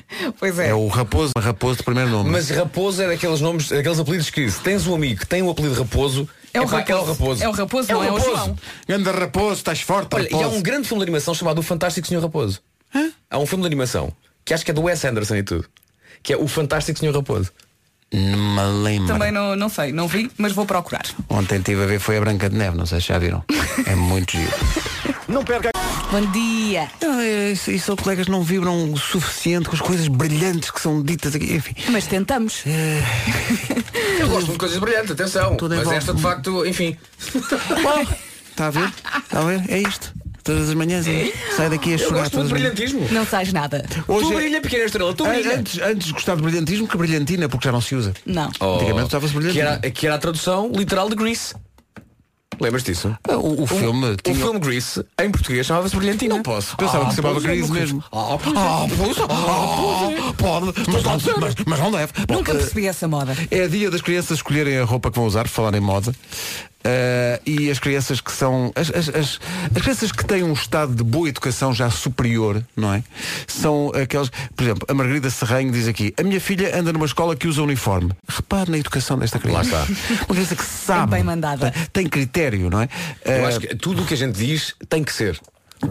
S2: Pois é.
S1: É o raposo, raposo de primeiro nome.
S9: Mas Raposo era aqueles nomes, aqueles apelidos que se tens um amigo que tem o apelido Raposo,
S2: É o
S9: epá,
S2: Raposo.
S9: É o Raposo.
S2: É o Raposo, não é o João.
S1: Ganda raposo, estás forte,
S9: Olha,
S1: raposo.
S9: e há um grande filme de animação chamado O Fantástico Senhor Raposo. Há um filme de animação que acho que é do Wes Anderson e tudo. Que é O Fantástico Senhor Raposo.
S1: Não me lembro.
S2: Também não, não sei, não vi, mas vou procurar.
S1: Ontem tive a ver, foi a Branca de Neve, não sei se já viram. É muito giro.
S2: Bom dia.
S1: Não, é, isso, isso os colegas não vibram o suficiente com as coisas brilhantes que são ditas aqui. Enfim,
S2: Mas tentamos.
S9: Eu gosto de coisas brilhantes, é atenção.
S1: Tudo em Mas volta. esta, de
S9: facto, enfim.
S1: está a ver? Está a ver? É isto. Todas as manhãs sai daqui a chorar todas as manhãs.
S2: Não sais nada.
S1: Hoje
S9: tu
S1: é-
S9: brilha, pequena estrela, tu
S1: An-
S9: brilha.
S1: Antes, antes de gostar de brilhantismo, que brilhantina, porque já não se usa.
S2: Não.
S1: Antigamente usava-se
S9: Oh, que,
S1: brilhantina.
S9: era, que era a tradução literal de Grease. Lembras disso?
S1: Ah, O, o filme
S9: O
S1: tinha.
S9: filme Grease, em português, chamava-se Brilhantina.
S1: Não posso. Pensava que se chamava
S9: pois é,
S1: Grease
S9: meu
S1: mesmo.
S9: querido. Ah, pois é. Ah, pois é.
S1: Pode, mas não, mas, mas não deve. Bom,
S2: Nunca
S1: eh,
S2: percebi essa moda.
S1: É dia das crianças escolherem a roupa que vão usar, por falar em moda. Ah, e as crianças que são. As, as, as, as crianças que têm um estado de boa educação já superior, não é? São aquelas. Por exemplo, a Margarida Serranho diz aqui: A minha filha anda numa escola que usa uniforme. Repare na educação desta criança.
S9: Lá
S1: Uma criança que sabe.
S2: bem mandada.
S1: Tem, tem critério, não é?
S9: Eu
S1: Ah,
S9: acho que tudo o que a gente diz tem que ser.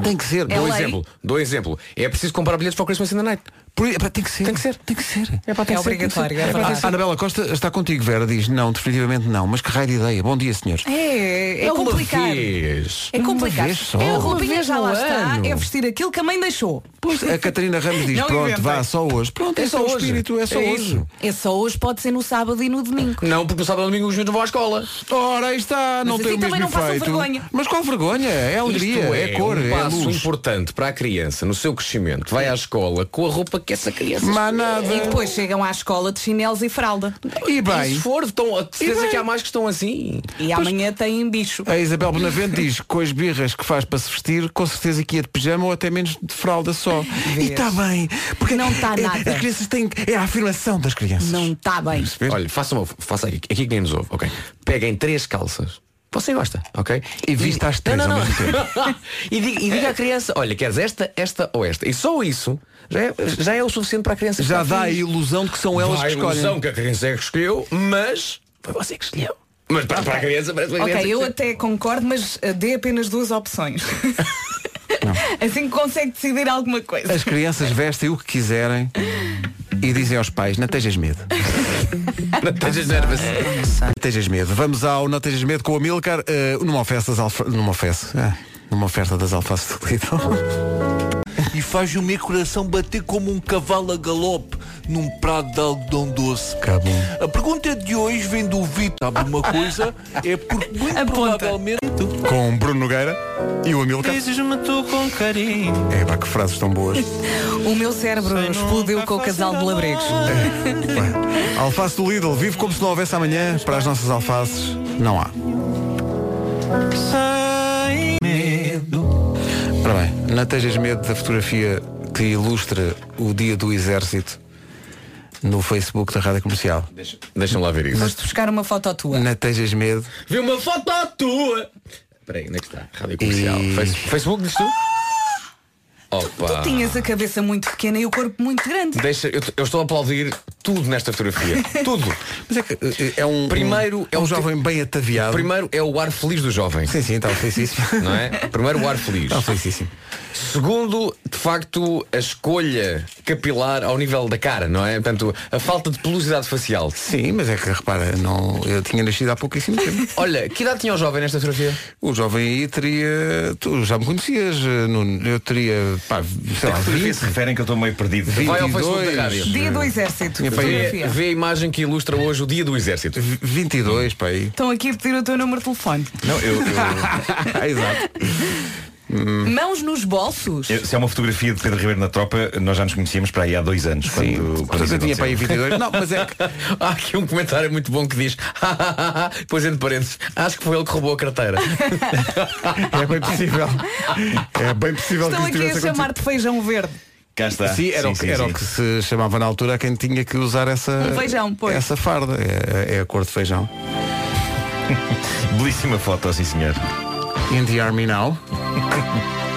S1: Tem que ser.
S2: É
S9: Dou
S2: lei.
S9: exemplo, dou exemplo. É preciso comprar bilhetes para o Christmas in the Night.
S1: Por- epá, tem que ser.
S9: Tem que ser.
S1: Tem que ser.
S2: É obrigatório, é verdade.
S1: A Anabela Costa está contigo, Vera. Diz, não, definitivamente não. Mas que raio de ideia. Bom dia, senhores.
S2: É, é
S9: Uma
S2: complicado.
S9: vez.
S2: É complicado.
S1: vez só.
S2: É a
S1: Uma
S2: roupinha
S9: vez
S2: já
S9: no
S2: lá está,
S9: ano.
S2: é vestir aquilo que a mãe deixou.
S1: Pois, a Catarina Ramos diz,
S2: Não
S1: pronto,
S2: inventem.
S1: vá, só hoje. Pronto, é, só o espírito, é só
S9: É
S1: hoje.
S9: isso.
S2: É só hoje, pode ser no sábado e no domingo.
S9: Não, porque no sábado e domingo os meus não vão à escola.
S1: Ora, aí está, não
S2: Mas
S1: tem
S2: assim
S1: o mesmo
S2: também não passam
S1: efeito.
S2: vergonha.
S1: Mas qual vergonha? É alegria,
S9: Isto
S1: é, cor,
S9: um
S1: é
S9: passo
S1: luz.
S9: importante para a criança no seu crescimento. Vai à escola com a roupa que essa criança
S1: Mas nada.
S2: E depois chegam à escola de chinelos e fralda.
S1: E
S9: E
S1: bem,
S9: se for, estão, a certeza
S1: bem. É
S9: que há mais que estão assim.
S2: E amanhã têm bicho.
S1: a Isabel Benavente diz, com as birras que faz para se vestir, com certeza que ia de pijama ou até menos de fralda só. E tá, está bem. Porque
S2: Não está
S1: é-
S2: nada.
S1: As crianças têm... É a afirmação das crianças.
S2: Não está bem.
S1: Vês?
S9: Olha, faça uma, faça aqui, aqui que nem nos ouve, ok? Peguem três calças. Você gosta, ok?
S1: E vista as três
S9: Não, não,
S1: ao
S9: não.
S1: mesmo
S9: e, diga, e diga à criança, olha, queres esta, esta ou esta. E só isso já é, já é o suficiente para a criança.
S1: Já
S9: estar
S1: dá a
S9: feliz.
S1: ilusão de que são elas
S9: Dá
S1: que
S9: a
S1: escolhem.
S9: ilusão que a criança é que escolheu, mas foi você que escolheu. Mas para, para a criança parece uma criança
S2: Ok,
S9: que
S2: eu
S9: escolheu.
S2: até concordo, mas eh, dê apenas duas opções. assim que consegue decidir alguma coisa.
S1: As crianças vestem o que quiserem e dizem aos pais, não tejas medo.
S9: Não estejas nervoso.
S1: Não tejas medo. Vamos ao Não Tejas Medo com a Milcar numa oferta das alfa... numa oferta. ah, numa oferta das alfaces do Lidl.
S10: e faz o meu coração bater como um cavalo a galope num prado de algodão doce.
S9: Tá
S1: Acabou.
S10: A pergunta de hoje vem do Vitor. Sabe uma coisa? É porque muito provavelmente tu
S1: Com Bruno Nogueira e o Amilcar.
S10: dizes-me tu com carinho.
S1: É pá, que frases tão boas.
S2: O meu cérebro explodiu com o casal de labregos.
S1: Bem, Alface do Lidl, vive como se não houvesse amanhã. Para as nossas alfaces, não há.
S10: Sem medo.
S1: Ora bem, não tejas medo da fotografia que ilustra o dia do exército no Facebook da Rádio Comercial.
S9: Deixa-me lá ver isso.
S2: Foste buscar uma foto tua.
S1: Não tejas medo.
S9: Vi uma foto tua! Peraí, onde é que está? Rádio Comercial.
S1: E-
S9: Face- Facebook, diz tu?
S1: Ah!
S9: Opa!
S2: Tinhas a cabeça muito pequena e o corpo muito grande.
S9: Deixa, eu, eu estou a aplaudir tudo nesta fotografia. tudo.
S1: Mas é que eh, é um.
S9: Primeiro, é
S1: é um
S9: o te-
S1: jovem bem ataviado.
S9: Primeiro é o ar feliz do jovem.
S1: Sim, então, sim, estava felicíssimo.
S9: Não é? Primeiro o ar feliz.
S1: Estava felicíssimo.
S9: Segundo, de facto, a escolha capilar ao nível da cara, não é? Portanto, a falta de pelosidade facial.
S1: Sim, mas é que repara, não, eu tinha nascido há pouquíssimo tempo.
S9: Olha, que idade tinha o jovem nesta fotografia?
S1: O jovem aí teria. Tu já me conhecias, eh, Nuno. Eu teria. Pá, sei lá, 20,
S10: se referem que eu estou meio perdido.
S1: 22.
S9: Vai ao Facebook da rádio.
S2: Dia do exército.
S1: Tinha para ir.
S9: Vê,
S2: Fotografia.
S9: vê a imagem que ilustra hoje o dia do exército.
S1: 22 para aí.
S2: Estão aqui a pedir o teu número de telefone.
S10: Não, eu, hum,
S1: Exato.
S2: Mãos nos bolsos.
S10: eu- se é uma fotografia de Pedro Ribeiro na tropa, nós já nos conhecíamos para aí há dois anos.
S1: Sim.
S10: Quando, quando
S1: Portanto, eu
S10: isso
S1: tinha para aí
S10: aconteceu.
S1: 22. Não, mas é que.
S9: Há aqui um comentário muito bom que diz Depois entre parênteses Acho que foi ele que roubou a carteira
S1: É bem possível. É bem possível
S2: Estão
S1: que
S2: aqui
S1: isso
S2: a
S1: tivesse acontecido.
S2: chamar-te feijão verde.
S10: Cá está.
S1: Sim, era, o, que- era o que se chamava na altura a quem tinha que usar essa,
S2: Um feijão, pois.
S1: essa farda. É, é a cor de feijão.
S10: Belíssima foto, sim senhor.
S1: In the Army Now.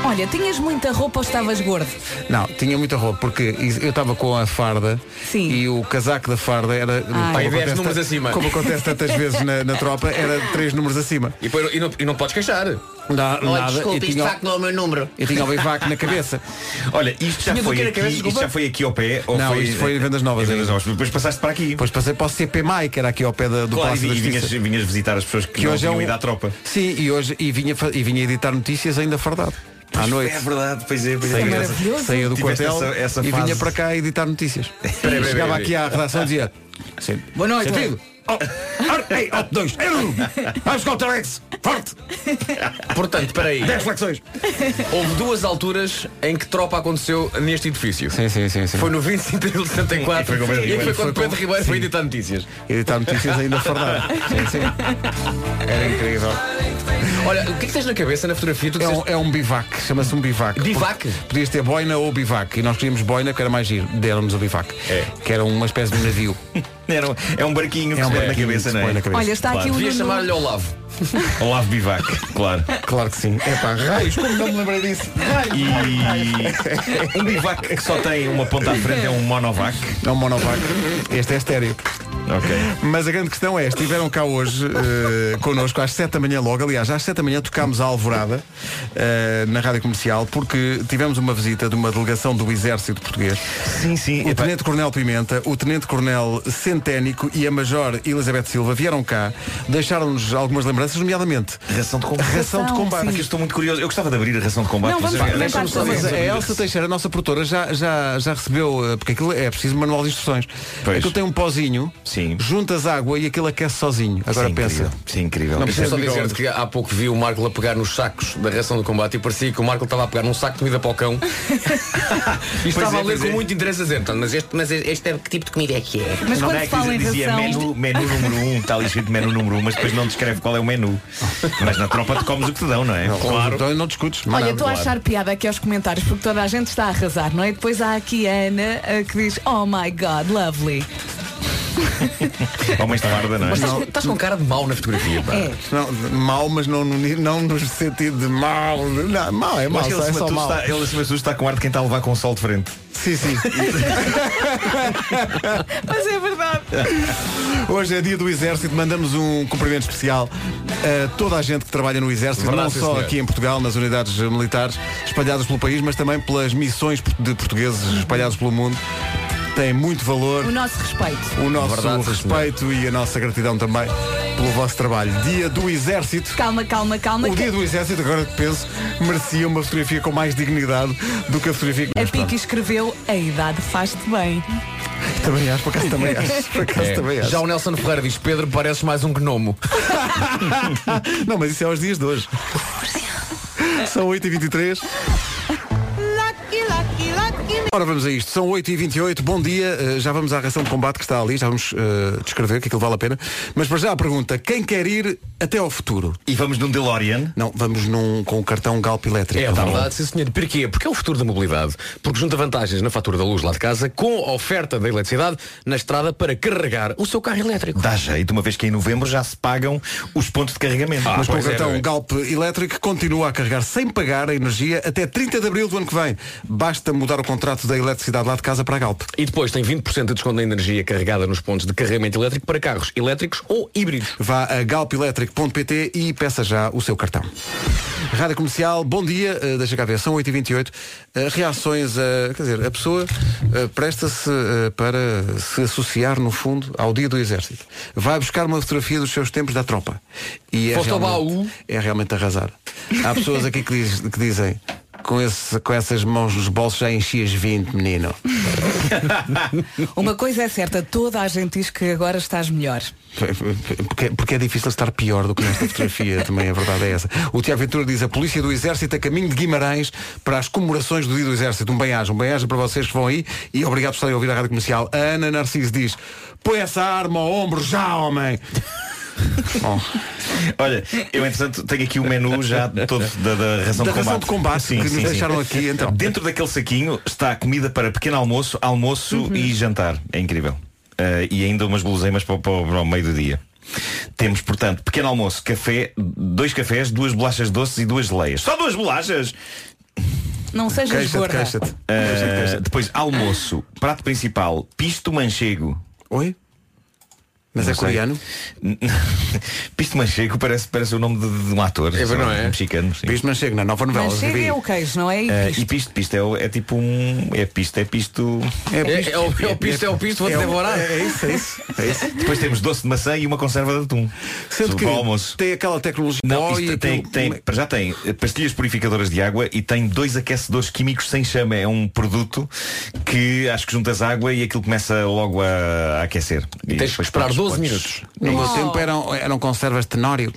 S2: Olha, tinhas muita roupa ou estavas gordo?
S1: Não, tinha muita roupa, porque is- eu estava com a farda
S2: Sim.
S1: e o casaco da farda era.
S9: Pai, dez
S1: acontece-
S9: números acima.
S1: Como acontece tantas vezes na, na tropa, era três números acima.
S9: E, depois- e não, e não podes queixar
S1: Não, Ah, nada. eu tinha,
S9: não é o meu número
S1: eu tinha o bivac na cabeça.
S10: Olha, isto já,
S9: Tinha do
S10: foi
S9: que na
S10: aqui,
S9: cabeça,
S10: isto
S9: desculpa?
S10: já foi aqui ao pé ou
S1: Não,
S10: foi,
S1: isto foi em Vendas Novas
S10: Em
S1: ainda.
S10: Vendas Novas. Depois passaste para aqui.
S1: Depois passei para o CP Mai, que era aqui ao pé da- do
S10: claro, e,
S1: Palácio da
S10: e vinhas,
S1: Justiça.
S10: vinhas visitar as pessoas que, não tinham ido à tropa.
S1: é um- Sim, e hoje e vinha, fa- e vinha editar notícias ainda fardado. À noite.
S10: É verdade, pois é, pois é.
S1: Saía-
S2: maravilhoso.
S1: Saía do
S10: Tiveste
S1: quartel
S10: essa- essa
S1: e
S10: fase.
S1: vinha para cá editar notícias. E chegava
S9: peraí,
S1: aqui à redação e dizia. "Sim,
S2: Boa noite.
S1: Sentido. Oh, ar- ei, oh, dois. Era um. Vamos com o Telex. Forte.
S9: Portanto, peraí
S1: Dez flexões.
S9: Houve duas alturas em que tropa aconteceu neste edifício
S1: Sim, sim, sim. sim.
S9: Foi no 25 de abril de 74
S10: E foi com Pedro
S9: E foi
S10: Ribeiro.
S9: quando
S1: Foi com-
S9: Pedro Ribeiro foi editar notícias
S1: Editar notícias ainda fardado. Sim, sim. Era incrível.
S9: Olha, o que é que tens na cabeça na fotografia? Tu
S1: É um,
S9: disseste-
S1: é um bivac, chama-se um bivac.
S9: Bivac?
S1: Porque Podias ter boina ou bivac. E nós queríamos boina, que era mais giro. Deram-nos o bivac.
S10: É.
S1: Que era uma espécie de navio.
S11: Era um- é um barquinho que se põe na
S1: barquinho
S11: cabeça,
S1: que se
S11: não é?
S1: põe na cabeça.
S2: Olha, está aqui
S11: Claro.
S2: o
S11: Devia
S2: Nuno.
S9: Chamar-lhe Olavo.
S10: Um
S11: Olavo Bivac, claro.
S1: Claro que sim. É pá, raios, como não me lembrei disso?
S11: E um bivac que só tem uma ponta à frente é um monovac.
S1: É um monovac. Este é estéreo.
S11: Ok.
S1: Mas a grande questão é, estiveram cá hoje eh, connosco às 7 da manhã logo, aliás, às 7 da manhã tocámos a Alvorada eh, na Rádio Comercial porque tivemos uma visita de uma delegação do Exército Português.
S11: Sim, sim.
S1: O Tenente Coronel Pimenta, o Tenente Coronel Centénico e a Major Elizabeth Silva vieram cá, deixaram-nos algumas lembranças, nomeadamente.
S11: Ração de combate.
S1: Ração de combate.
S11: Porque eu estou muito curioso. Eu gostava de abrir a ração de combate.
S2: Não, vamos
S11: Vocês-
S2: lá,
S11: Deixa-me
S2: vamos
S11: só
S2: lá.
S11: ver.
S1: Mas é a Elsa Teixeira, a nossa produtora, já, já, já recebeu, eh, porque aquilo é preciso manual de instruções.
S11: Pois.
S1: Aquilo tem um pozinho,
S11: Sim.
S1: juntas água e aquilo aquece sozinho. Agora
S11: Sim,
S1: pensa.
S11: incrível. Sim, incrível.
S9: Não preciso só
S1: é de
S9: dizer-te que há pouco vi o Marco a pegar nos sacos da reação do combate e parecia que o Marco estava a pegar num saco de comida para o cão e estava
S11: é,
S9: a ler
S11: pois
S9: com
S11: é.
S9: muito interesse a dizer, "Então, mas este, mas este é que tipo de comida é que é?
S2: Mas
S11: não
S2: quando
S11: é
S2: se
S11: que
S2: fala em
S11: dizia
S2: ração.
S11: menu, menu número 1, um, está ali escrito menu número 1, um, mas depois não descreve qual é o menu. Mas na tropa te comes o que te dão, não é?
S1: Então não discutes. mas
S2: Olha,
S1: nada.
S2: estou a achar piada aqui aos comentários porque toda a gente está a arrasar, não é? E Depois há aqui a Ana eh, que diz Oh my God, lovely.
S11: Homens da barba, não é?
S9: Mas estás, estás com cara de mau na fotografia, pá.
S2: É.
S1: Não, mal, mas não no, ni- não no sentido de mal. Não, mal é
S11: Eu
S1: mal,
S11: acho que
S1: só,
S11: ele acima,
S1: é
S11: de
S1: só
S11: tudo
S1: mal.
S11: está, ele acima de tudo está com ar de quem está a levar com o sol de frente.
S1: Sim, sim.
S2: Mas é verdade.
S1: Hoje é dia do Exército, mandamos um cumprimento especial a toda a gente que trabalha no Exército,
S9: Verdade,
S1: não
S9: sim,
S1: só
S9: senhor.
S1: aqui em Portugal, nas unidades eh, militares espalhadas pelo país, mas também pelas missões de portugueses espalhados pelo mundo. Tem muito valor.
S2: O nosso respeito.
S1: o nosso
S9: Verdade, sim,
S1: respeito e a nossa gratidão também pelo vosso trabalho. Dia do Exército.
S2: Calma, calma, calma.
S1: O
S2: que
S1: dia do Exército, agora que penso, merecia uma fotografia com mais dignidade do que a fotografia que
S2: A
S1: Mas pronto,
S2: Piqui escreveu A idade faz-te bem.
S1: Também acho, por acaso também acho. Por acaso
S9: É.
S1: também acho.
S9: Já o Nelson Ferreira diz, Pedro, pareces mais um gnomo.
S1: Não, mas isso é aos dias de hoje. São 8h23. Ora, vamos a isto. São 8h28. Bom dia. Eh, já vamos à reação de combate que está ali. Já vamos eh, descrever que aquilo vale a pena. Mas para já a pergunta: quem quer ir até ao futuro?
S11: E vamos num DeLorean.
S1: Não, vamos num, com o cartão Galp elétrico.
S9: É
S1: Tá bom.
S9: verdade, sim senhor. Porquê? Porque é o futuro da mobilidade. Porque junta vantagens na fatura da luz lá de casa com a oferta da eletricidade na estrada para carregar o seu carro elétrico.
S11: Dá jeito, uma vez que é em novembro já se pagam os pontos de carregamento.
S9: Ah,
S1: Mas com o
S9: pois é,
S1: cartão
S9: não é?
S1: Galp elétrico continua a carregar sem pagar a energia até 30 de abril do ano que vem. Basta mudar o contrato da eletricidade lá de casa para a Galp.
S9: E depois tem 20% de desconto na energia carregada nos pontos de carregamento elétrico para carros elétricos ou híbridos.
S1: Vá a galpelétrico.pt e peça já o seu cartão. Rádio Comercial, bom dia, Eh, deixa cá ver, são 8h28. Eh, reações a. Quer dizer, a pessoa eh, presta-se eh, para se associar, no fundo, ao dia do Exército. Vai buscar uma fotografia dos seus tempos da tropa. E é
S9: Foste ao
S1: realmente,
S9: baú.
S1: É realmente arrasar. Há pessoas aqui que, diz- que dizem. Com, esse, com essas mãos nos bolsos já enchias 20, menino.
S2: Uma coisa é certa, toda a gente diz que agora estás melhor.
S1: Porque, porque é difícil estar pior do que nesta fotografia, também a verdade é essa. O Tiago Ventura diz, a polícia do Exército a caminho de Guimarães para as comemorações do dia do Exército. Um bem-aja, um bem-aja para vocês que vão aí e obrigado por estarem a ouvir a Rádio Comercial. A Ana Narciso diz, põe essa arma ao ombro já, homem! Bom,
S11: Olha, eu entretanto tenho aqui o menu já todo da, da ração
S1: Da
S11: de combate.
S1: ração de combate que nos deixaram aqui, então.
S11: Dentro daquele saquinho está comida para pequeno almoço, almoço
S1: Uhum.
S11: e jantar. É incrível. Eh, e ainda umas guloseimas para, o- para o- para o meio do dia. Temos, portanto, pequeno almoço, café, dois cafés, duas bolachas doces e duas geleias. Só duas bolachas!
S2: Não sejas
S1: queixa-te,
S2: gorda.
S1: queixa-te.
S11: Eh, depois, almoço, prato principal, pisto manchego.
S1: Oi? Mas
S11: Não
S1: é
S11: sei.
S1: coreano?
S11: pisto manchego parece, parece o nome de, de um ator.
S9: É, não é?
S11: Mexicano. sim.
S1: Visto, não chega na nova novela.
S2: Mas chega
S1: vi.
S2: é o queijo, não é? E
S11: Eh,
S2: pisto.
S11: e pisto, pisto é, o- é tipo um. É pisto, é pisto.
S1: É
S9: É,
S1: pisto.
S9: é o, é o pisto, é o pisto, vou-te
S1: É o-
S9: devorar.
S1: É isso, é isso. É isso.
S11: Depois temos doce de maçã e uma conserva de atum.
S1: Sendo
S11: Sobre
S1: que
S11: o almoço.
S1: tem aquela tecnologia.
S11: Não,
S1: Oh, e
S11: isto tem,
S1: aquilo-
S11: tem- para já tem eh, pastilhas purificadoras de água e tem dois aquecedores químicos sem chama. É um produto que acho que juntas água e aquilo começa logo a, a aquecer. E
S9: Tens que
S11: depois
S9: esperar
S11: podes- podes- É
S9: 12 minutos.
S1: No meu tempo é- eram, eram conservas de tenório.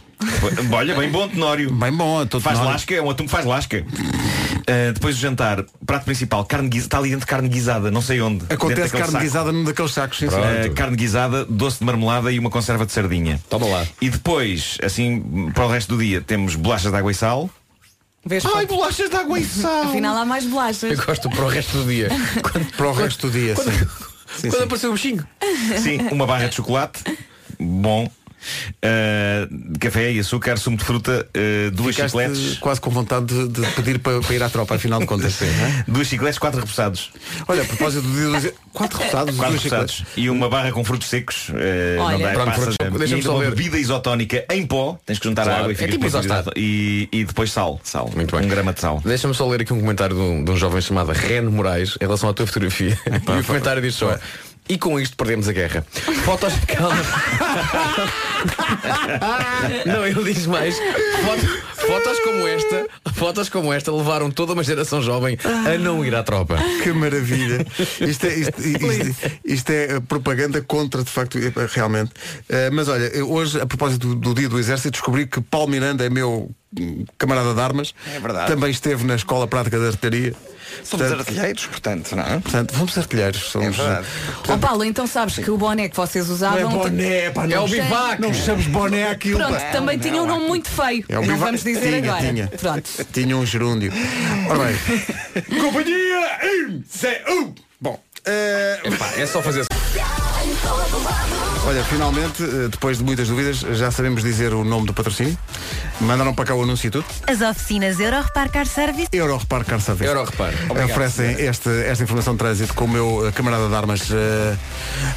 S11: Olha, bem bom tenório.
S1: Bem bom, todo
S11: Faz é
S1: tenório.
S11: lasca, é um atum que faz lasca. Uh, depois do jantar, prato principal, carne guisada, está ali dentro carne guisada, não sei onde. dentro
S1: Acontece
S11: daquele
S1: carne
S11: saco.
S1: guisada num daqueles sacos. sim, sim.
S11: Uh, carne guisada, doce de marmelada e uma conserva de sardinha. Toma lá. E depois, assim, para o resto do dia, temos bolachas de água e sal.
S2: Ai,
S10: bolachas de água e sal.
S2: Afinal há mais bolachas.
S11: gosto para o resto do dia.
S1: para o resto do dia,
S11: quando, sim. Quando
S9: apareceu o bichinho.
S11: Sim, uma barra de chocolate. Bom. Uh, café e açúcar, sumo de fruta, uh, duas
S1: Ficaste
S11: chicletes.
S1: quase com vontade de, de pedir para, para ir à tropa, afinal de contas. é?
S11: Duas chicletes, quatro repousados.
S1: Olha, a propósito do dia do dia- Quatro repousados,
S11: Quatro
S1: duas chicletes.
S11: repousados. E uma barra com frutos secos. eh,
S1: Olha.
S11: não dá,
S1: Pronto,
S11: passas,
S1: frutos-
S11: eh,
S1: deixa-me
S11: e ainda
S1: só
S11: uma
S1: ler.
S11: bebida isotónica em pó. Tens que juntar a
S9: Claro,
S11: água
S9: é
S11: e fica
S9: tipo isostado.
S11: e, e depois sal. Sal. Muito bem. Um grama de sal.
S9: Deixa-me só ler aqui um comentário de um, de um jovem chamado Reno Moraes em relação à tua fotografia. e o comentário diz só. E com isto perdemos a guerra. Fotos de calma. Não, ele diz mais. Foto- fotos como esta, fotos como esta levaram toda uma geração jovem a não ir à tropa.
S1: Que maravilha. Isto é, isto- isto- isto é, eh, propaganda contra, de facto, eh, realmente. Eh, mas olha, eu hoje, a propósito do, do dia do Exército, descobri que Paulo Miranda é meu hum, camarada de armas.
S3: É verdade.
S1: Também esteve na Escola Prática de Artilharia.
S3: Somos artilheiros, portanto, não é?
S1: Portanto, vamos artilheiros. Somos,
S2: Ó Paulo, então sabes que o boné que vocês
S1: é
S2: usavam.
S1: Não chamamos boné aquilo.
S2: é Pronto, também tinha um nome muito feio.
S1: É
S2: não
S1: o bivac.
S2: vamos dizer
S1: Tinha,
S2: agora.
S1: tinha.
S2: Pronto.
S1: Tinha um gerúndio. Ora bem. Companhia MCU. Bom. eh,
S9: É só fazer
S1: Olha, finalmente, eh, depois de muitas dúvidas, já sabemos dizer o nome do patrocínio. Mandaram para cá o anúncio e tudo.
S5: As oficinas Euro Repar Car Service.
S1: Euro Repar Car Service.
S9: Euro Repar. Obrigado,
S1: Oferecem este- esta informação de trânsito com o meu eh, camarada de armas. eh,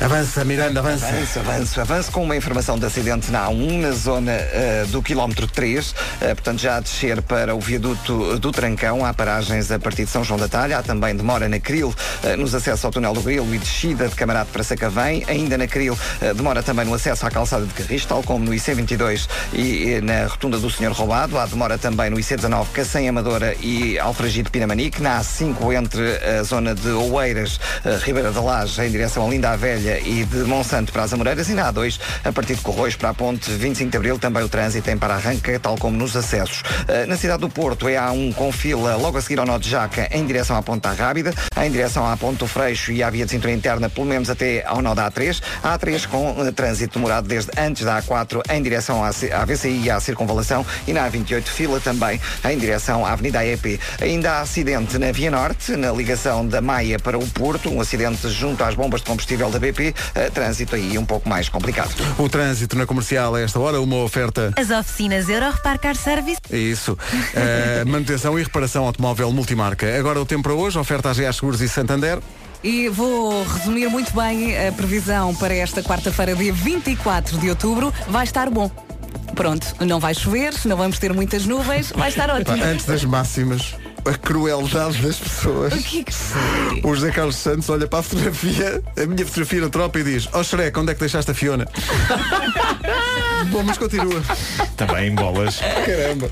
S1: avança, Miranda, avança.
S3: Avanço, avanço, avanço com uma informação de acidente na A1, na zona eh, do quilómetro 3, eh, portanto já a descer para o viaduto do Trancão, há paragens a partir de São João da Talha, há também demora na Cril, eh, nos acessos ao túnel do Grilo e descida de Camarado para Sacavém, ainda na Cril eh, demora também no acesso à calçada de Carris, tal como no IC22 e, eh, na rotunda do Senhor Roubado, há demora também no IC19, Cacém Amadora e Alfragide Pinamanique, na A5 entre a zona de Oeiras, eh, Ribeira da Laje, em direção a Linda a Velha e de Monsanto para as Amoreiras e na A2, a partir de Corroios para a Ponte 25 de Abril, também o trânsito em para arranca, tal como nos acessos. Eh, Na cidade do Porto é a A1 com fila logo a seguir ao nó de Jaca, em direção à Ponta Rábida, em direção à Ponte do Freixo e à Via de Cintura Interna, pelo menos até ao nó da A3, a A3 com eh, trânsito demorado desde antes da A4 em direção à, C- à VCI e à Circunvalação e na A28 fila também em direção à Avenida AEP. Ainda há acidente na Via Norte, na ligação da Maia para o Porto, um acidente junto às bombas de combustível da BP, eh, trânsito aí um pouco mais complicado.
S1: O trânsito na comercial a esta hora, uma oferta.
S5: As oficinas Euro Repar Car Service.
S1: É isso. Eh, manutenção e reparação automóvel multimarca. Agora o tempo para hoje, oferta à GA Seguros e Santander.
S2: E vou resumir muito bem a previsão para esta quarta-feira, dia 24 de outubro. Vai estar bom. Pronto, não vai chover, não vamos ter muitas nuvens, vai estar
S1: Pá,
S2: ótimo.
S1: Antes das máximas, a crueldade das pessoas.
S2: O que é que se-
S1: O José Carlos Santos olha para a fotografia, a minha fotografia na tropa e diz, ó oh, Shrek, onde é que deixaste a Fiona? Bom, mas continua.
S11: Também bolas.
S1: Caramba.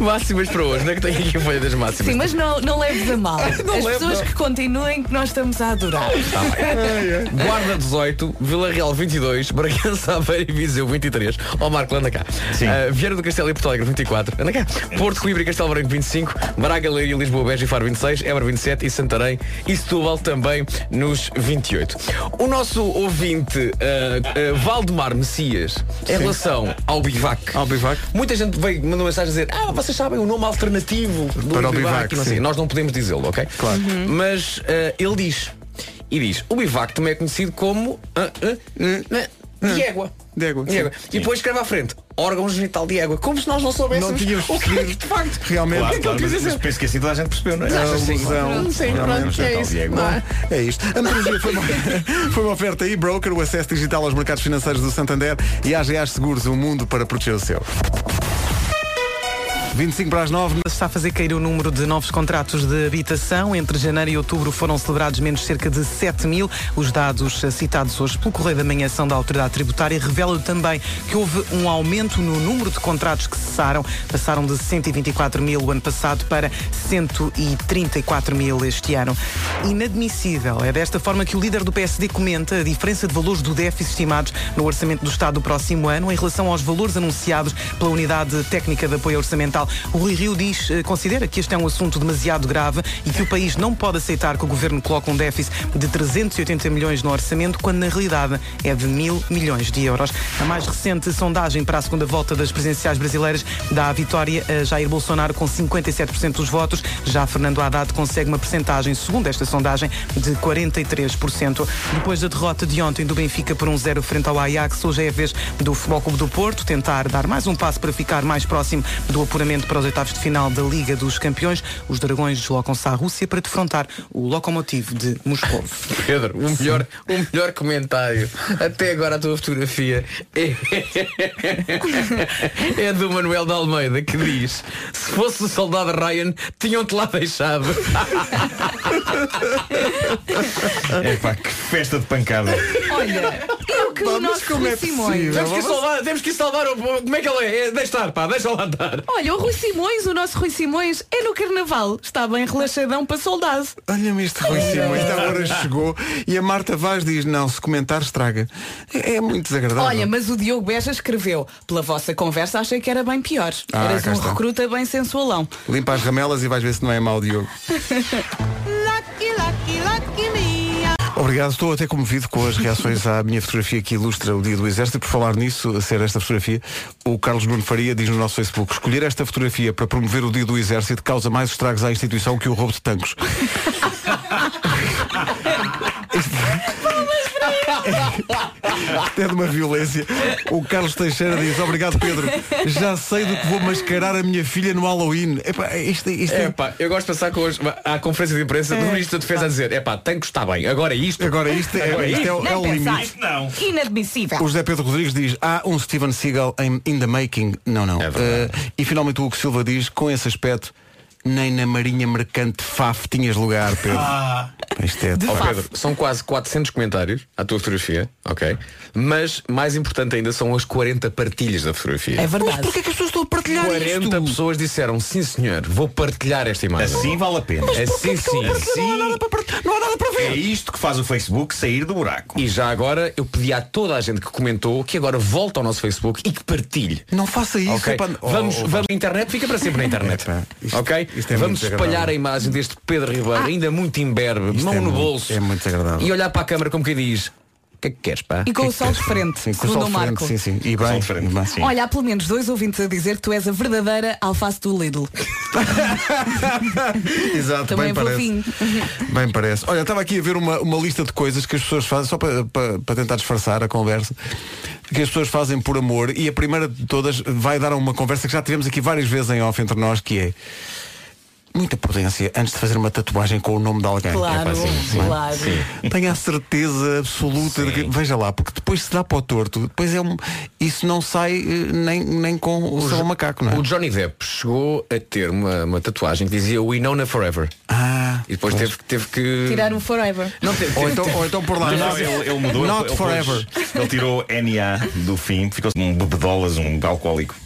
S9: máximas para hoje. Não é que tenho aqui a folha das máximas?
S2: Sim, mas não, não leves a mal. As
S9: Não levo,
S2: pessoas
S9: não.
S2: que continuem que nós estamos a adorar.
S9: Tá bem. Guarda 18, Vila Real 22, Bragança Aveiro e Viseu 23. Ó Marco, anda cá. Ah, Vieira do Castelo e Porto Alegre 24. Anda cá. Porto, Coimbra e Castelo Branco 25. Braga, Leiria, Lisboa, Beja e Faro 26. Évora 27 e Santarém e Setúbal também nos 28. O nosso ouvinte ah, ah, Valdemar Messias, em
S12: Sim.
S9: relação ao bivac. Ao bivac. Muita gente veio mandou mensagem a dizer: "Ah, vocês sabem o nome alternativo do
S1: Para o
S9: bivac,
S1: bivac,
S9: não sei.
S1: sim.
S9: Nós não podemos dizê-lo, ok? Claro. Mas eh, ele diz. E diz, o bivac também é conhecido como ah, ah, ah, de égua.
S1: De égua.
S9: De égua. E depois escreve à frente, órgão genital de égua. Como se nós não soubéssemos
S1: Não tínhamos
S9: o que é que de facto.
S1: Realmente.
S9: O que é que ele quis dizer?
S11: penso que assim toda a gente percebeu, não é?
S1: É
S11: Achas
S1: uma
S11: assim?
S1: ilusão.
S11: Não sei, pronto,
S1: Realmente.
S11: é isso,
S1: Bom,
S11: não é?
S1: É isto. A meteorologia foi uma, foi uma oferta e broker, o acesso digital aos mercados financeiros do Santander e AGAs Seguros, um mundo para proteger o seu. 25 para as 9.
S7: Está a fazer cair o número de novos contratos de habitação. Entre janeiro e outubro foram celebrados menos cerca de 7 mil. Os dados eh, citados hoje pelo Correio da Manhã são da Autoridade Tributária revelam também que houve um aumento no número de contratos que cessaram. Passaram de 124 mil o ano passado para 134 mil este ano. Inadmissível. É desta forma que o líder do PSD comenta a diferença de valores do déficit estimados no orçamento do Estado do próximo ano em relação aos valores anunciados pela Unidade Técnica de Apoio Orçamental Portugal. O Rui Rio diz, eh, considera que este é um assunto demasiado grave e que o país não pode aceitar que o governo coloque um déficit de 380 milhões no orçamento, quando na realidade é de mil milhões de euros. A mais recente sondagem para a segunda volta das presidenciais brasileiras dá a vitória a Jair Bolsonaro com 57% dos votos. Já Fernando Haddad consegue uma percentagem, segundo esta sondagem, de 43%. Depois da derrota de ontem do Benfica por 1-0 frente ao Ajax, hoje é a vez do Futebol Clube do Porto tentar dar mais um passo para ficar mais próximo do apuramento para os oitavos de final da Liga dos Campeões. Os Dragões deslocam-se à Rússia para defrontar o Lokomotiv de Moscou.
S9: Pedro, o melhor, o melhor comentário até agora a tua fotografia é, é do Manuel de Almeida que diz se fosse o soldado Ryan tinham-te lá deixado. É
S11: Epá, que festa de pancada.
S2: Olha, eu que o nosso
S9: é
S2: Rui Simões.
S9: temos, que salvar, temos que salvar o. Como é que ele é? É, Deixa estar, pá, deixa lá estar.
S2: Olha, o Rui Simões, o nosso Rui Simões, é no carnaval. Está bem relaxadão para soldado.
S1: Olha-me este Rui Simões, esta então hora chegou e a Marta Vaz diz, não, se comentar estraga. É, é muito desagradável.
S2: Olha, mas o Diogo Beja escreveu, pela vossa conversa achei que era bem pior.
S1: Ah,
S2: Eras
S1: cá
S2: um
S1: está.
S2: recruta bem sensualão.
S1: Limpa as ramelas e vais ver se não é mau, Diogo. É
S6: Lucky, lucky, lucky me.
S1: Obrigado, estou até comovido com as reações à minha fotografia que ilustra o dia do Exército. E Por falar nisso, a ser esta fotografia, o Carlos Bruno Faria diz no nosso Facebook escolher esta fotografia para promover o dia do Exército causa mais estragos à instituição que o roubo de tanques. É de uma violência. O Carlos Teixeira diz, obrigado Pedro, já sei do que vou mascarar a minha filha no Halloween. Epá, isto, isto é...
S9: Epá, eu gosto de pensar que hoje há conferência de imprensa do Ministro da Defesa a dizer, epá, tanque está bem, agora é isto.
S1: Agora isto é- isto é o- é o Nem pensar. limite.
S11: Não.
S2: Inadmissível.
S1: O José Pedro Rodrigues diz Há um Steven Seagal em In the Making Não,
S2: É
S1: não Eh, E finalmente o Hugo Silva diz Com esse aspecto Nem na Marinha Mercante Faf tinhas lugar, Pedro
S2: Ah.
S1: Isto é de
S9: Ó,
S1: facto.
S9: Pedro, são quase 400 comentários à tua fotografia, ok? Mas mais importante ainda são as 40 partilhas da fotografia.
S2: verdade.
S1: Mas porquê que as pessoas estão a partilhar
S9: 40 pessoas disseram, sim senhor, vou partilhar esta imagem.
S11: Assim vale a pena. Mas
S1: é
S11: porquê
S9: assim
S11: que estão a
S9: sim.
S11: partilhar?
S9: Assim-
S1: Não há nada para
S11: É isto que faz o Facebook sair do buraco.
S9: E já agora eu pedi a toda a gente que comentou que agora volta ao nosso Facebook e que partilhe.
S1: Não faça isso
S9: Ok?
S1: é para- Oh,
S9: Vamos,
S1: oh,
S9: vamos internet, fica para sempre na internet. ok?
S1: é muito
S9: vamos espalhar
S1: desagradável.
S9: a imagem deste Pedro Ribeiro, ainda muito imberbe, mão
S1: é
S9: no
S1: muito-
S9: bolso.
S1: é muito desagradável.
S9: E olhar para a câmara como quem diz, o que é que queres, pá?
S2: E com
S9: Que
S2: o
S9: que
S2: sol de
S9: queres?"
S2: frente,
S1: Sim, com o
S2: segundo
S1: sol
S2: o
S1: de
S2: Marco.
S1: frente, sim, sim. E bem, e bem.
S2: Olha, há pelo menos dois ouvintes a dizer que tu és a verdadeira alface do Lidl.
S1: Exato,
S2: Também
S1: bem
S2: é
S1: parece.
S2: fofinho.
S1: Bem parece. Olha, estava aqui a ver uma, uma lista de coisas que as pessoas fazem, só para, para, para tentar disfarçar a conversa, que as pessoas fazem por amor e a primeira de todas vai dar a uma conversa que já tivemos aqui várias vezes em off entre nós, que é muita prudência antes de fazer uma tatuagem com o nome de alguém.
S11: É
S2: Claro,
S1: pá, não
S2: claro.
S1: Tenha a certeza absoluta de que. Veja lá, porque depois se dá para o torto, depois é um. Isso não sai eh, nem, nem com o, só o macaco, não é?
S9: O Johnny Depp chegou a ter uma, uma tatuagem que dizia We Nona Forever.
S1: Ah,
S9: E depois teve, teve que.
S2: Tirar o forever.
S9: Não, teve,
S1: Ou
S9: teve-
S1: então, ou então por lá.
S11: Não, não,
S1: mas-
S11: ele, ele mudou.
S1: Not
S11: ele, ele
S1: forever.
S11: pôs- ele tirou NA do fim, ficou um bebedolas, um alcoólico.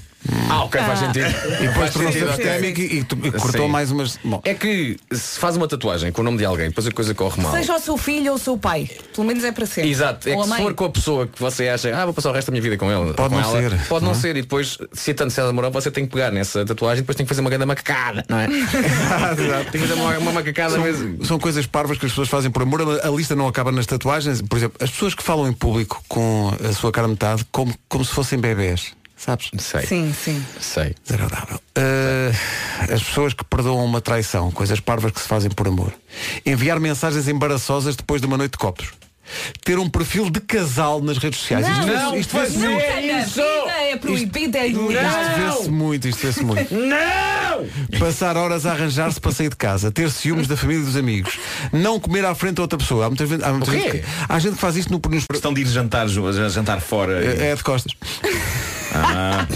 S9: Ah, ok, faz
S2: Ah.
S9: sentido.
S1: E depois
S9: Faz
S1: tornou-se
S9: sentido, ok.
S1: abstémico e, e tu- e cortou
S9: Sim.
S1: mais umas. Bom,
S9: É que se faz uma tatuagem com o nome de alguém, depois a coisa corre mal.
S2: Seja o seu filho ou o seu pai. Pelo menos é para ser.
S9: Exato, é
S2: ou
S9: que
S2: a
S9: se
S2: mãe.
S9: for com a pessoa que você acha, ah, vou passar o resto da minha vida com ela.
S1: Pode
S9: com
S1: não
S9: ela",
S1: ser,
S9: Pode não,
S1: não é?
S9: ser, e depois, se é tanto se ela moral, você tem que pegar nessa tatuagem e depois tem que fazer uma grande macacada, não é?
S1: Exato.
S9: tem que fazer uma, uma macacada mesmo.
S1: são, são coisas parvas que as pessoas fazem por amor. A- A lista não acaba nas tatuagens. Por exemplo, as pessoas que falam em público com a sua cara metade como, como se fossem bebés. Sabes?
S9: Sei,
S2: Sim, sim.
S9: sei.
S1: Desagradável. Ah, as pessoas que perdoam uma traição, coisas parvas que se fazem por amor. Enviar mensagens embaraçosas depois de uma noite de copos. Ter um perfil de casal nas redes sociais. Isto vê-se- isto vê-se
S9: não,
S1: muito.
S9: é isso!
S2: É proibido, é ilegal.
S1: Isto vê-se muito, isto vê-se muito. Não! Passar horas a arranjar-se para sair de casa, ter ciúmes da família e dos amigos, não comer à frente de outra pessoa. Há muita gente, há muita
S9: O quê?
S1: gente que, há gente que faz isto no, nos.
S11: Estão de ir jantar, ju- jantar fora.
S1: É é de costas.
S11: Ah.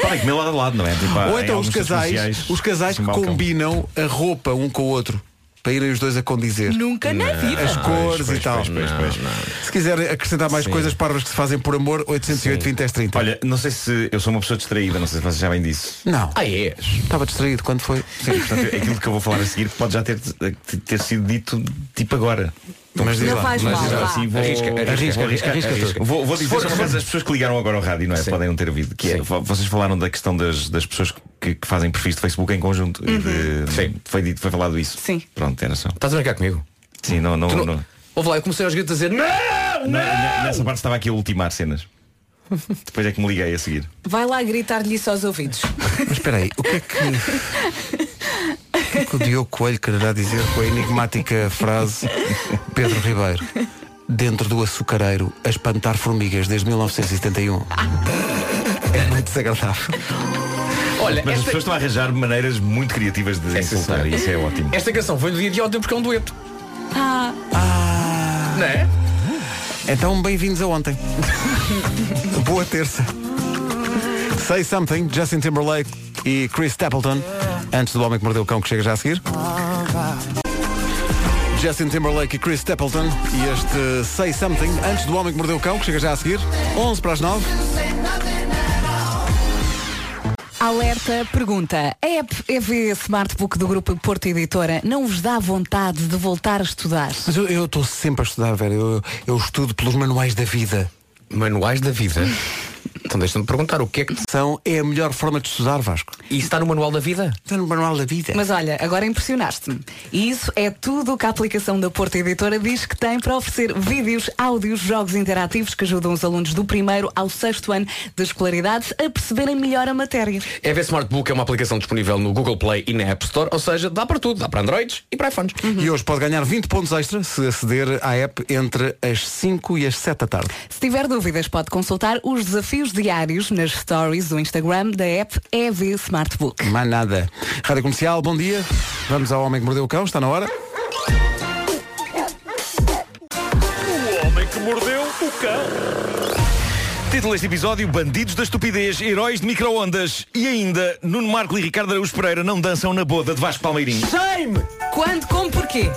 S11: Podem comer lado a lado, não é? Tipo, há-
S1: Ou
S11: em
S1: então
S11: alguns
S1: os
S11: centros
S1: casais,
S11: comerciais,
S1: os casais
S11: assim,
S1: que
S11: balcão.
S1: combinam a roupa um com o outro para irem os dois a condizer.
S2: Nunca na
S1: As
S2: vida.
S1: cores
S11: É Ah, Pois,
S1: e tal.
S11: pois, pois, pois.
S1: Se quiser acrescentar mais coisas parvas que se fazem por amor, 808 20 30.
S11: Olha, não sei se eu sou uma pessoa distraída, não sei se vocês sabem disso.
S1: Não,
S9: Ah, é?
S1: estava distraído quando foi.
S11: Sim, portanto, aquilo que eu vou falar a seguir pode já ter, ter sido dito tipo agora. Mas diz
S2: Não
S11: lá,
S2: faz
S11: mas
S2: mal,
S11: diz lá.
S2: vá.
S11: Assim, vou-
S1: Arrisca, arrisca,
S11: vou
S1: arrisca, arrisca.
S11: Vou, vou
S1: Se
S11: dizer
S1: for-
S11: só
S1: se
S11: uma
S1: for-
S11: coisa, as pessoas que ligaram agora ao rádio, não é? Podem não ter ouvido. Que é, vo- vocês falaram da questão das, das pessoas que, que fazem perfis de Facebook em conjunto. e de- Foi dito, foi falado isso.
S2: Sim.
S11: Pronto, era só. Uhum. Estás a brincar comigo? Sim, não, não.
S9: Tu
S11: não,
S9: não- Ouve lá, eu comecei aos gritos a dizer Não!
S11: Não, Nessa parte estava aqui a ultimar cenas. Depois é que me liguei a seguir.
S2: Vai lá gritar-lhe isso aos ouvidos.
S1: Mas espera aí, o que é que. O que é que o Diogo Coelho quererá dizer com a enigmática frase Pedro Ribeiro? Dentro do açucareiro a espantar formigas desde 1971. É muito desagradável.
S11: Olha, Mas as pessoas estão a arranjar maneiras muito criativas de insultar e isso é ótimo.
S9: Esta canção foi-lhe de idiota porque é um dueto.
S2: Ah,
S9: Não é?
S1: Ah. Então, bem-vindos a ontem. Boa terça. Say Something, Justin Timberlake e Chris Stapleton. Antes do Homem que Mordeu o Cão, que chega já a seguir.
S2: Ah,
S1: Justin Timberlake e Chris Stapleton. E este Say Something, antes do Homem que Mordeu o Cão, que chega já a seguir. 11 para as 9.
S2: Alerta, pergunta. A app EV Smartbook do Grupo Porto Editora não vos dá vontade de voltar a estudar?
S1: Mas eu estou sempre a estudar, velho. Eu, eu estudo pelos manuais da vida.
S9: Manuais da vida? Então deixa-me perguntar o que é que
S1: são. É a melhor forma de estudar, Vasco.
S9: E está no manual da vida?
S1: Está no manual da vida.
S2: Mas olha, agora impressionaste-me. E isso é tudo o que a aplicação da Porta Editora diz que tem para oferecer vídeos, áudios, jogos interativos que ajudam os alunos do primeiro ao sexto ano de escolaridade a perceberem melhor a matéria.
S9: EV Smartbook é uma aplicação disponível no Google Play e na App Store, ou seja, dá para tudo, dá para Androids e para iPhones.
S1: E hoje pode ganhar 20 pontos extra se aceder à app entre as 5 e as 7 da tarde.
S2: Se tiver dúvidas, pode consultar os desafios diários nas stories do Instagram da app EV Smartbook.
S1: Mais nada. Rádio Comercial, bom dia. Vamos ao Homem que Mordeu o Cão, está na hora.
S11: O homem que mordeu o cão. Título deste episódio: Bandidos da Estupidez, Heróis de Microondas e ainda Nuno Marco e Ricardo Araújo Pereira não dançam na boda de Vasco Palmeirinho.
S2: Shame! Quando, como, porquê?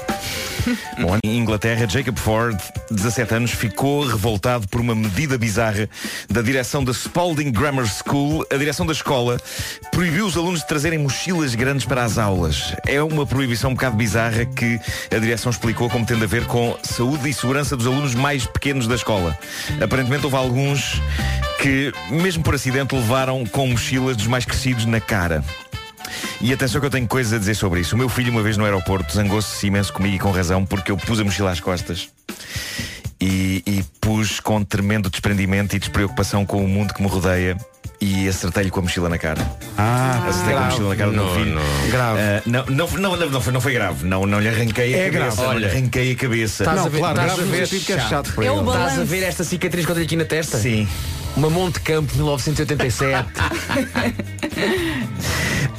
S11: Bom, em Inglaterra, Jacob Ford, 17 anos, ficou revoltado por uma medida bizarra da direção da Spalding Grammar School. A direção da escola proibiu os alunos de trazerem mochilas grandes para as aulas. É uma proibição um bocado bizarra que a direção explicou como tendo a ver com saúde e segurança dos alunos mais pequenos da escola. Aparentemente houve alguns que, mesmo por acidente, levaram com mochilas dos mais crescidos na cara. E atenção que eu tenho coisas a dizer sobre isso. O meu filho, uma vez no aeroporto, zangou-se imenso comigo e com razão, porque eu pus a mochila às costas e, e pus com tremendo desprendimento e despreocupação com o mundo que me rodeia e acertei-lhe com a mochila na cara.
S1: Ah,
S11: acertei com a
S1: grave.
S11: mochila na cara do meu
S1: Não,
S11: filho.
S1: não. Grave.
S11: Ah, não, não, não, não, não foi, não foi grave. Não, não lhe arranquei a
S9: É
S11: cabeça.
S9: grave.
S11: Não lhe
S9: Olha,
S11: arranquei a cabeça.
S9: Estás a ver, estás a ver, é
S11: É um
S9: Estás a ver esta cicatriz que eu tenho aqui na testa?
S11: Sim.
S9: Uma Monte Campo 1987.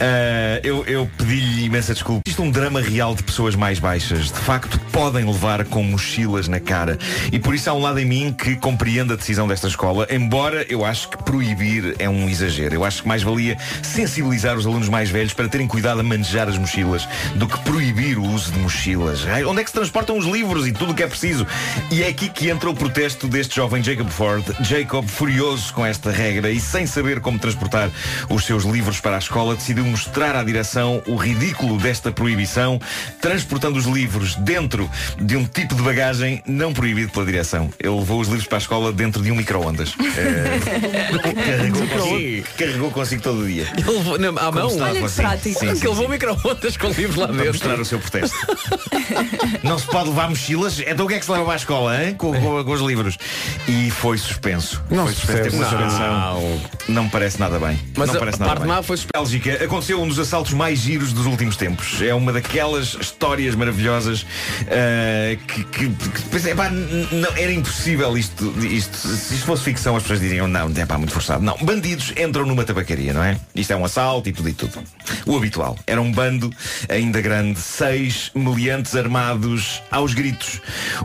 S11: Ah, eu eu pedi-lhe imensa desculpa. Isto é um drama real de pessoas mais baixas. De facto, podem levar com mochilas na cara. E por isso há um lado em mim que compreende a decisão desta escola, embora eu acho que proibir é um exagero. Eu acho que mais valia sensibilizar os alunos mais velhos para terem cuidado a manejar as mochilas do que proibir o uso de mochilas. Ai, Onde é que se transportam os livros e tudo o que é preciso? E é aqui que entra o protesto deste jovem Jacob Ford. Jacob, furioso com esta regra e sem saber como transportar os seus livros para a escola, decidiu mostrar à direção o ridículo desta proibição, transportando os livros dentro de um tipo de bagagem não proibido pela direção. Ele levou os livros para a escola dentro de um micro-ondas. Eh, carregou, consigo, carregou consigo todo o dia.
S9: Ele levou na à
S11: Como
S9: mão.
S11: estava assim. Sim,
S9: Que
S11: sim,
S9: ele levou micro-ondas com livros lá
S11: Para
S9: dentro.
S11: mostrar o seu protesto. Não se pode levar mochilas, então o que é que se leva para a escola, hein? Com, com- com os livros. E foi suspenso.
S1: Não
S11: foi
S1: se
S11: suspenso. Teve uma
S1: percebe.
S11: suspensão. Não me parece nada bem.
S9: Mas
S11: não
S9: a-
S11: parece
S9: a
S11: nada
S9: parte
S11: bem.
S9: má foi
S11: Bélgica aconteceu um dos assaltos mais giros dos últimos tempos. É uma daquelas histórias maravilhosas ah, que, que, que pois é, pá, n- não, era impossível isto, isto. Se isto fosse ficção, as pessoas diriam, não, é pá, muito forçado. Não, bandidos entram numa tabacaria, não é? Isto é um assalto e tudo e tudo. O habitual. Era um bando ainda grande, seis meliantes armados aos gritos.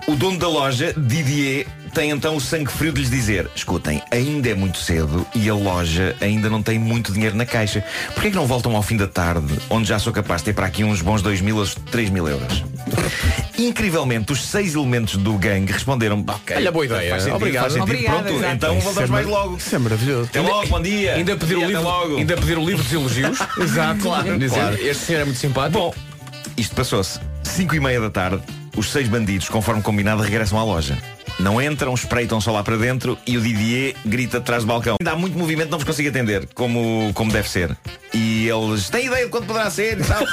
S11: O dono da loja, Didier, tem então o sangue frio de lhes dizer Escutem, ainda é muito cedo e a loja ainda não tem muito dinheiro na caixa Porquê é que não voltam ao fim da tarde Onde já sou capaz de ter para aqui uns bons 2 mil a 3 mil euros Incrivelmente, os seis elementos do gangue responderam Ok,
S9: Olha, boa ideia.
S11: faz sentido,
S9: Obrigado.
S11: faz sentido.
S9: Obrigado,
S11: Pronto,
S9: exato.
S11: então
S9: Isso
S11: voltamos
S9: é
S11: mais
S9: mar-
S11: logo
S1: Isso é maravilhoso.
S11: Até logo, bom dia
S9: Ainda pedir um o
S11: Bom dia,
S9: livro,
S11: até logo.
S9: ainda pedir o livro dos elogios.
S11: Exato.
S9: Claro,
S11: Claro,
S9: Dizer,
S11: claro.
S9: Este senhor é muito simpático.
S11: Bom, isto passou-se 5 e meia da tarde os seis bandidos, conforme combinado, regressam à loja. Não entram, espreitam só lá para dentro e o Didier grita atrás do balcão. Ainda há muito movimento, não vos consigo atender, como, como deve ser. E eles têm ideia de quando poderá ser e tal.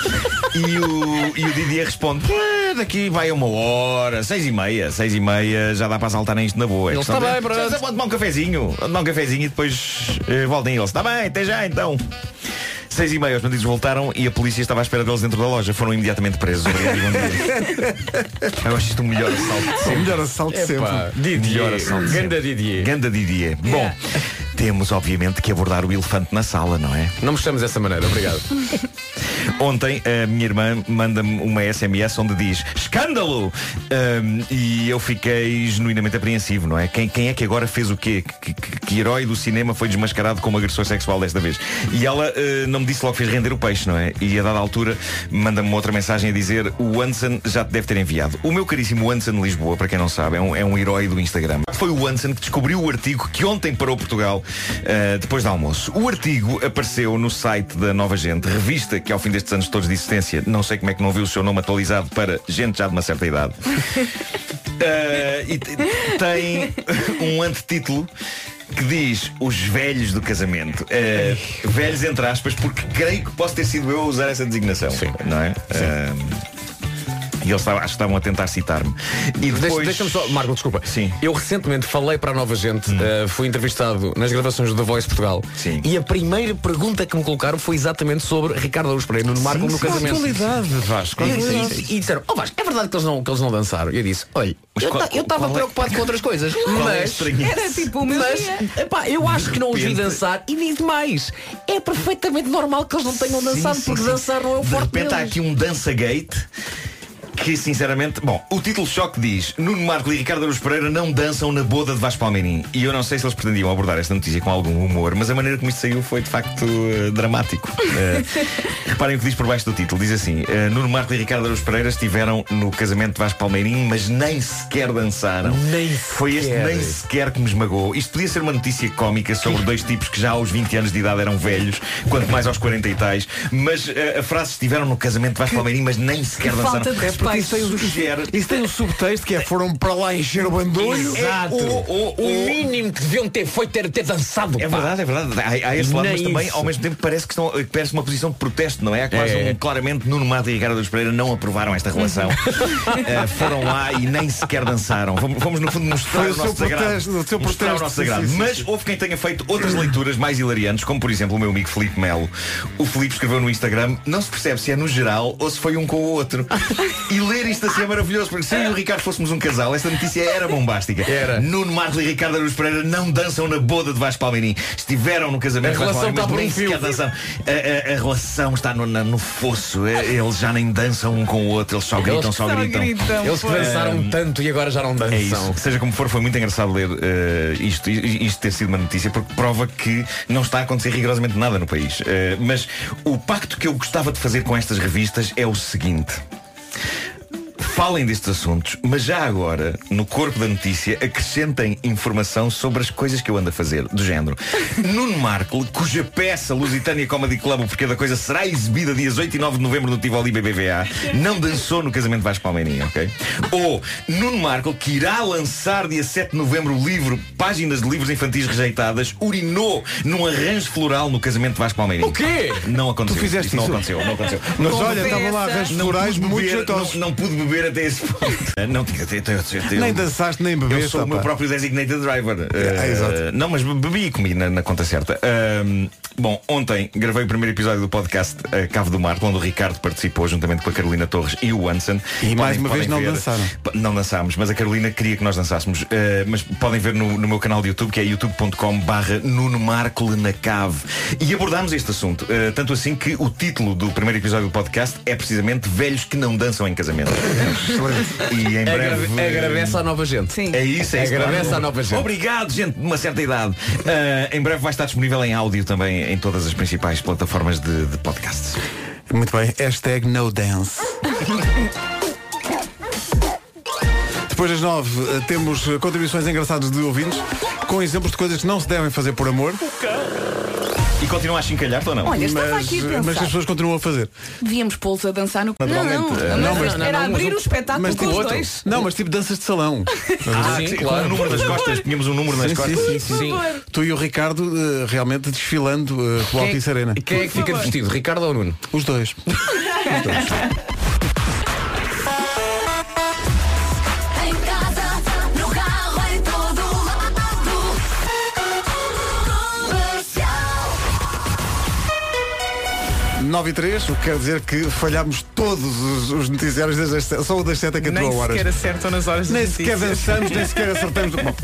S11: e, o, e o Didier responde, "Ué, daqui vai uma hora, seis e meia, seis e meia, já dá para saltar isto na boa. É
S9: Ele
S11: questão
S9: está
S11: de-
S9: bem, pronto.
S11: Já- já Vão tomar um cafezinho, vão tomar um cafezinho e depois eh, voltem eles. Está bem, até já então. Seis e meia, os bandidos voltaram e a polícia estava à espera deles dentro da loja. Foram imediatamente presos. Obrigado e bom dia. Eu acho isto o melhor assalto.
S1: O melhor assalto
S11: Epá,
S1: sempre.
S11: Melhor
S9: Didier,
S11: assalto
S9: ganda
S11: sempre.
S9: Didier.
S11: Ganda Didier. Bom, temos obviamente que abordar o elefante na sala, não é?
S9: Não mostramos dessa maneira, obrigado.
S11: Ontem a minha irmã manda-me uma SMS onde diz escândalo! Ahm, e eu fiquei genuinamente apreensivo, não é? Quem, quem é que agora fez o quê? Que, que- que herói do cinema foi desmascarado como agressor sexual desta vez? E ela ah, não me disse logo que fez render o peixe, não é? E a dada altura manda-me uma outra mensagem a dizer o Anson já te deve ter enviado. O meu caríssimo Anson Lisboa, para quem não sabe, é um, é um herói do Instagram. Foi o Anson que descobriu o artigo que ontem parou Portugal ah, depois do almoço. O artigo apareceu no site da Nova Gente, revista que ao fim destes anos todos de existência, não sei como é que não viu o seu nome atualizado para gente já de uma certa idade. Ah, e te- tem um antetítulo que diz os velhos do casamento. Ah, velhos entre aspas, porque creio que posso ter sido eu a usar essa designação. Não é? Ah, e eles estavam- acho que estavam a tentar citar-me. E
S9: Deixa-
S11: depois.
S9: Deixa-me só, Marco, desculpa.
S11: Sim.
S9: Eu recentemente falei para a nova gente, eh, fui entrevistado nas gravações do The Voice Portugal. Sim. E a primeira pergunta que me colocaram foi exatamente sobre Ricardo Aruz Pereira, no Marco no
S1: sim.
S9: casamento.
S1: Atualidade,
S9: Vasco. E,
S1: atualidade.
S9: e- e disseram, oh Vasco, é verdade que eles não, que eles não dançaram. E eu disse, olha, eu
S2: qual-
S9: ta- eu estava
S2: qual é-
S9: preocupado com outras coisas,
S2: Qual é a
S9: mas...
S2: estranheza? Era tipo o meu
S9: mas,
S2: dia.
S9: epá, eu acho que não os vi
S11: repente-
S9: dançar e digo mais. É perfeitamente normal que eles não tenham dançado, porque dançar não é o
S11: De
S9: forte
S11: repente há
S9: deles.
S11: aqui um dança-gate que sinceramente, bom, o título choque diz Nuno Marco e Ricardo Aruz Pereira não dançam na boda de Vasco Palmeirim e eu não sei se eles pretendiam abordar esta notícia com algum humor mas a maneira como isto saiu foi de facto eh, dramático Eh, reparem o que diz por baixo do título, diz assim eh, Nuno Marco e Ricardo Aruz Pereira estiveram no casamento de Vasco Palmeirim mas nem sequer dançaram
S9: Nem
S11: foi este
S9: sequer.
S11: nem sequer que me esmagou isto podia ser uma notícia cómica sobre dois tipos que já aos 20 anos de idade eram velhos quanto mais aos 40 e tais mas eh, a frase estiveram no casamento de Vasco Palmeirim mas nem sequer
S1: Que
S11: dançaram
S1: falta
S11: É
S1: de
S11: porque isso
S1: respeito.
S11: sugere
S1: Isso tem um subtexto que é foram para lá encher o É bandolho.
S9: Exato.
S11: o- o-
S9: mínimo que deviam ter foi ter, ter dançado.
S11: É
S9: pá.
S11: verdade, é verdade. Há, há esse lado,
S9: Nem
S11: mas também,
S9: isso.
S11: ao mesmo tempo, parece que estão, parece uma posição de protesto, não é? Há quase
S9: É.
S11: um, claramente, Nuno Mato e Ricardo dos Pereira não aprovaram esta relação. Eh, foram lá e nem sequer dançaram. Fomos, fomos, no fundo, mostrar
S1: Foi o
S11: o
S1: seu
S11: nosso desagrado.
S1: protesto, o seu
S11: Mostrar
S1: protesto,
S11: o nosso
S1: sim,
S11: desagrado.
S1: sim,
S11: Mas houve quem tenha feito outras leituras mais hilariantes, como, por exemplo, o meu amigo Filipe Melo. O Filipe escreveu no Instagram, não se percebe se é no geral ou se foi um com o outro. E ler isto assim é maravilhoso, porque se eu e o Ricardo fôssemos um casal, esta notícia era bombástica.
S9: Era.
S11: Nuno Marco e Ricardo Aruz Pereira não dançam na boda de Vasco Palmeirim. Estiveram no casamento
S9: A
S11: de Vasco
S9: relação
S11: Palmeirim,
S9: está por um
S11: mas nem sequer dançaram.
S9: fio.
S11: A, a- a relação está no, na- no fosso. Eh, Eles já nem dançam um com o outro, eles só gritam,
S9: Eles que
S11: só
S9: só
S11: gritam.
S9: gritam, Eles que pois. dançaram tanto e agora já não dançam.
S11: É isso. Seja como for, foi muito engraçado ler eh, isto, i- isto ter sido uma notícia, porque prova que não está a acontecer rigorosamente nada no país. Eh, mas o pacto que eu gostava de fazer com estas revistas é o seguinte. Falem destes assuntos, mas já agora, no corpo da notícia, acrescentem informação sobre as coisas que eu ando a fazer, do género. Nuno Markle, cuja peça Lusitânia Comedy Club, o porquê da coisa, será exibida dias 8 e 9 de novembro no Tivoli BBVA, não dançou no casamento de Vasco Palmeirinho, ok? Ou Nuno Markle, que irá lançar dia 7 de novembro o livro Páginas de Livros Infantis Rejeitadas, urinou num arranjo floral no casamento de Vasco Palmeirinho.
S9: O quê?
S11: Não aconteceu.
S1: Tu fizeste
S11: Não
S1: isso?
S11: aconteceu, não aconteceu.
S1: Mas
S11: Não
S1: olha, estavam lá
S11: Confessa.
S1: arranjos
S11: Não
S1: florais
S11: pude
S1: muito
S11: beber,
S1: jeitosos.
S11: Não, não pude beber até esse ponto. não tinha até
S1: Nem dançaste, nem bebeste,
S11: Eu sou o meu
S1: rapaz.
S11: próprio designated driver.
S1: É,
S11: Eh,
S1: exato.
S11: Não, mas bebi e comi na, na conta certa. Ahm, bom, ontem gravei o primeiro episódio do podcast eh, Cavo do Mar, onde o Ricardo participou juntamente com a Carolina Torres e o Anson.
S1: E
S11: Podem-
S1: mais uma vez
S11: podem
S1: não
S11: ver-
S1: dançaram.
S11: P- Não dançámos, mas a Carolina queria que nós dançássemos. Eh, mas podem ver no, no meu canal de YouTube, que é youtube.com barra Nuno Marco na Cave. E abordámos este assunto. eh, tanto assim que o título do primeiro episódio do podcast é precisamente Velhos que não dançam em casamento. e em breve.
S9: Agra- Agradece à nova gente.
S11: É isso, é isso.
S9: Agradece
S11: claro.
S9: à nova gente.
S11: Obrigado, gente de uma certa idade. Ah, em breve vai estar disponível em áudio também em todas as principais plataformas de, de podcasts.
S1: Muito bem, hashtag no dance. Depois das nove eh, temos eh, contribuições engraçadas de ouvintes com exemplos de coisas que não se devem fazer por amor.
S11: E continua a chincalhar-te ou não?
S2: Olha, estava aqui a pensar.
S1: mas as pessoas continuam a fazer.
S2: Devíamos pô-los a dançar no
S1: Naturalmente.
S2: Não,
S1: Eh,
S2: não,
S1: não,
S2: mas
S1: mas- não,
S2: era
S1: não, mas
S2: abrir
S1: o-
S2: o espetáculo
S1: mas
S2: com
S1: tipo
S2: os
S1: outro.
S2: dois.
S1: Não, mas tipo danças de salão.
S11: Ah, sim, claro. Com o número das costas, tínhamos um número nas
S1: Sim,
S11: costas.
S1: Sim, sim, sim.
S11: Por favor.
S1: Tu e o Ricardo eh, realmente desfilando eh, pelo
S9: Quem-
S1: Altice Arena.
S9: quem é que Por fica favor. vestido, Ricardo ou Nuno?
S1: Os dois.
S6: Em casa, no carro, em todo lado. Comercial.
S1: 9 e 3, o que quer dizer que falhámos todos os, os noticiários, desde as, sete- só o das 7 a 14
S7: Nem
S1: horas.
S7: sequer acertam nas horas
S1: Nem
S7: das
S1: sequer
S7: notícias.
S1: dançamos, nem sequer acertamos. Bom,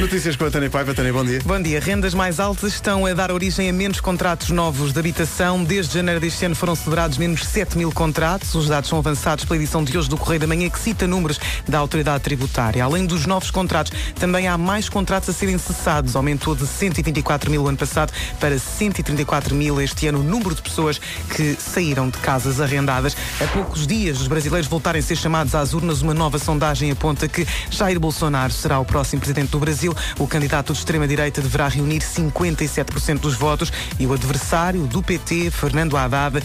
S1: notícias com a Tânia Paiva. Tânia, bom dia.
S7: Bom dia. Rendas mais altas estão a dar origem a menos contratos novos de habitação. Desde janeiro deste ano foram celebrados menos 7 mil contratos. Os dados são avançados pela edição de hoje do Correio da Manhã, que cita números da autoridade tributária. Além dos novos contratos, também há mais contratos a serem cessados. Aumentou de 124 mil o ano passado para 134 mil este ano o número de pessoas que saíram de casas arrendadas. A poucos dias dos brasileiros voltarem a ser chamados às urnas, uma nova sondagem aponta que Jair Bolsonaro será o próximo presidente do Brasil. O candidato de extrema-direita deverá reunir 57% dos votos e o adversário do PT, Fernando Haddad,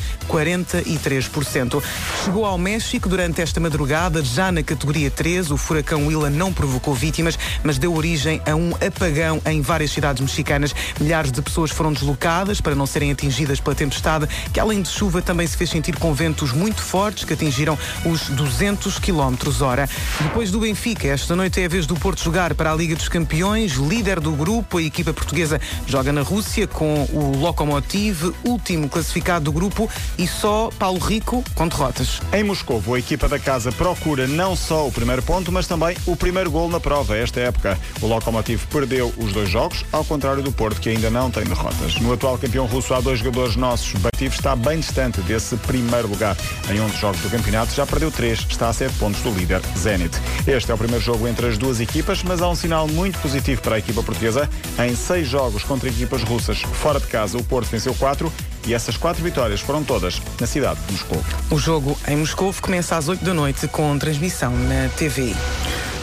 S7: 43%. Chegou ao México durante esta madrugada, já na categoria 3. O furacão Willa não provocou vítimas, mas deu origem a um apagão em várias cidades mexicanas. Milhares de pessoas foram deslocadas para não serem atingidas pela tempestade, que além de chuva também se fez sentir com ventos muito fortes que atingiram os 200 km hora. Depois do Benfica, esta noite é a vez do Porto jogar para a Liga dos Campeões, líder do grupo. A equipa portuguesa joga na Rússia com o Lokomotiv, último classificado do grupo, e só Paulo Rico com derrotas.
S12: Em Moscou, a equipa da casa procura não só o primeiro ponto, mas também o primeiro gol na prova esta época. O Lokomotiv perdeu os dois jogos, ao contrário do Porto, que ainda não tem derrotas. No atual campeão russo, há dois jogadores nossos. Bativ está bem distante desse primeiro lugar. Em 11 jogos do campeonato, já perdeu três, está a 7 pontos do líder Zenit. Este é o primeiro jogo entre as duas equipas, mas há um sinal muito positivo para a equipa portuguesa. Em seis jogos contra equipas russas fora de casa, o Porto venceu quatro e essas quatro vitórias foram todas na cidade de Moscou.
S7: O jogo em Moscou começa às 8 da noite com transmissão na TV.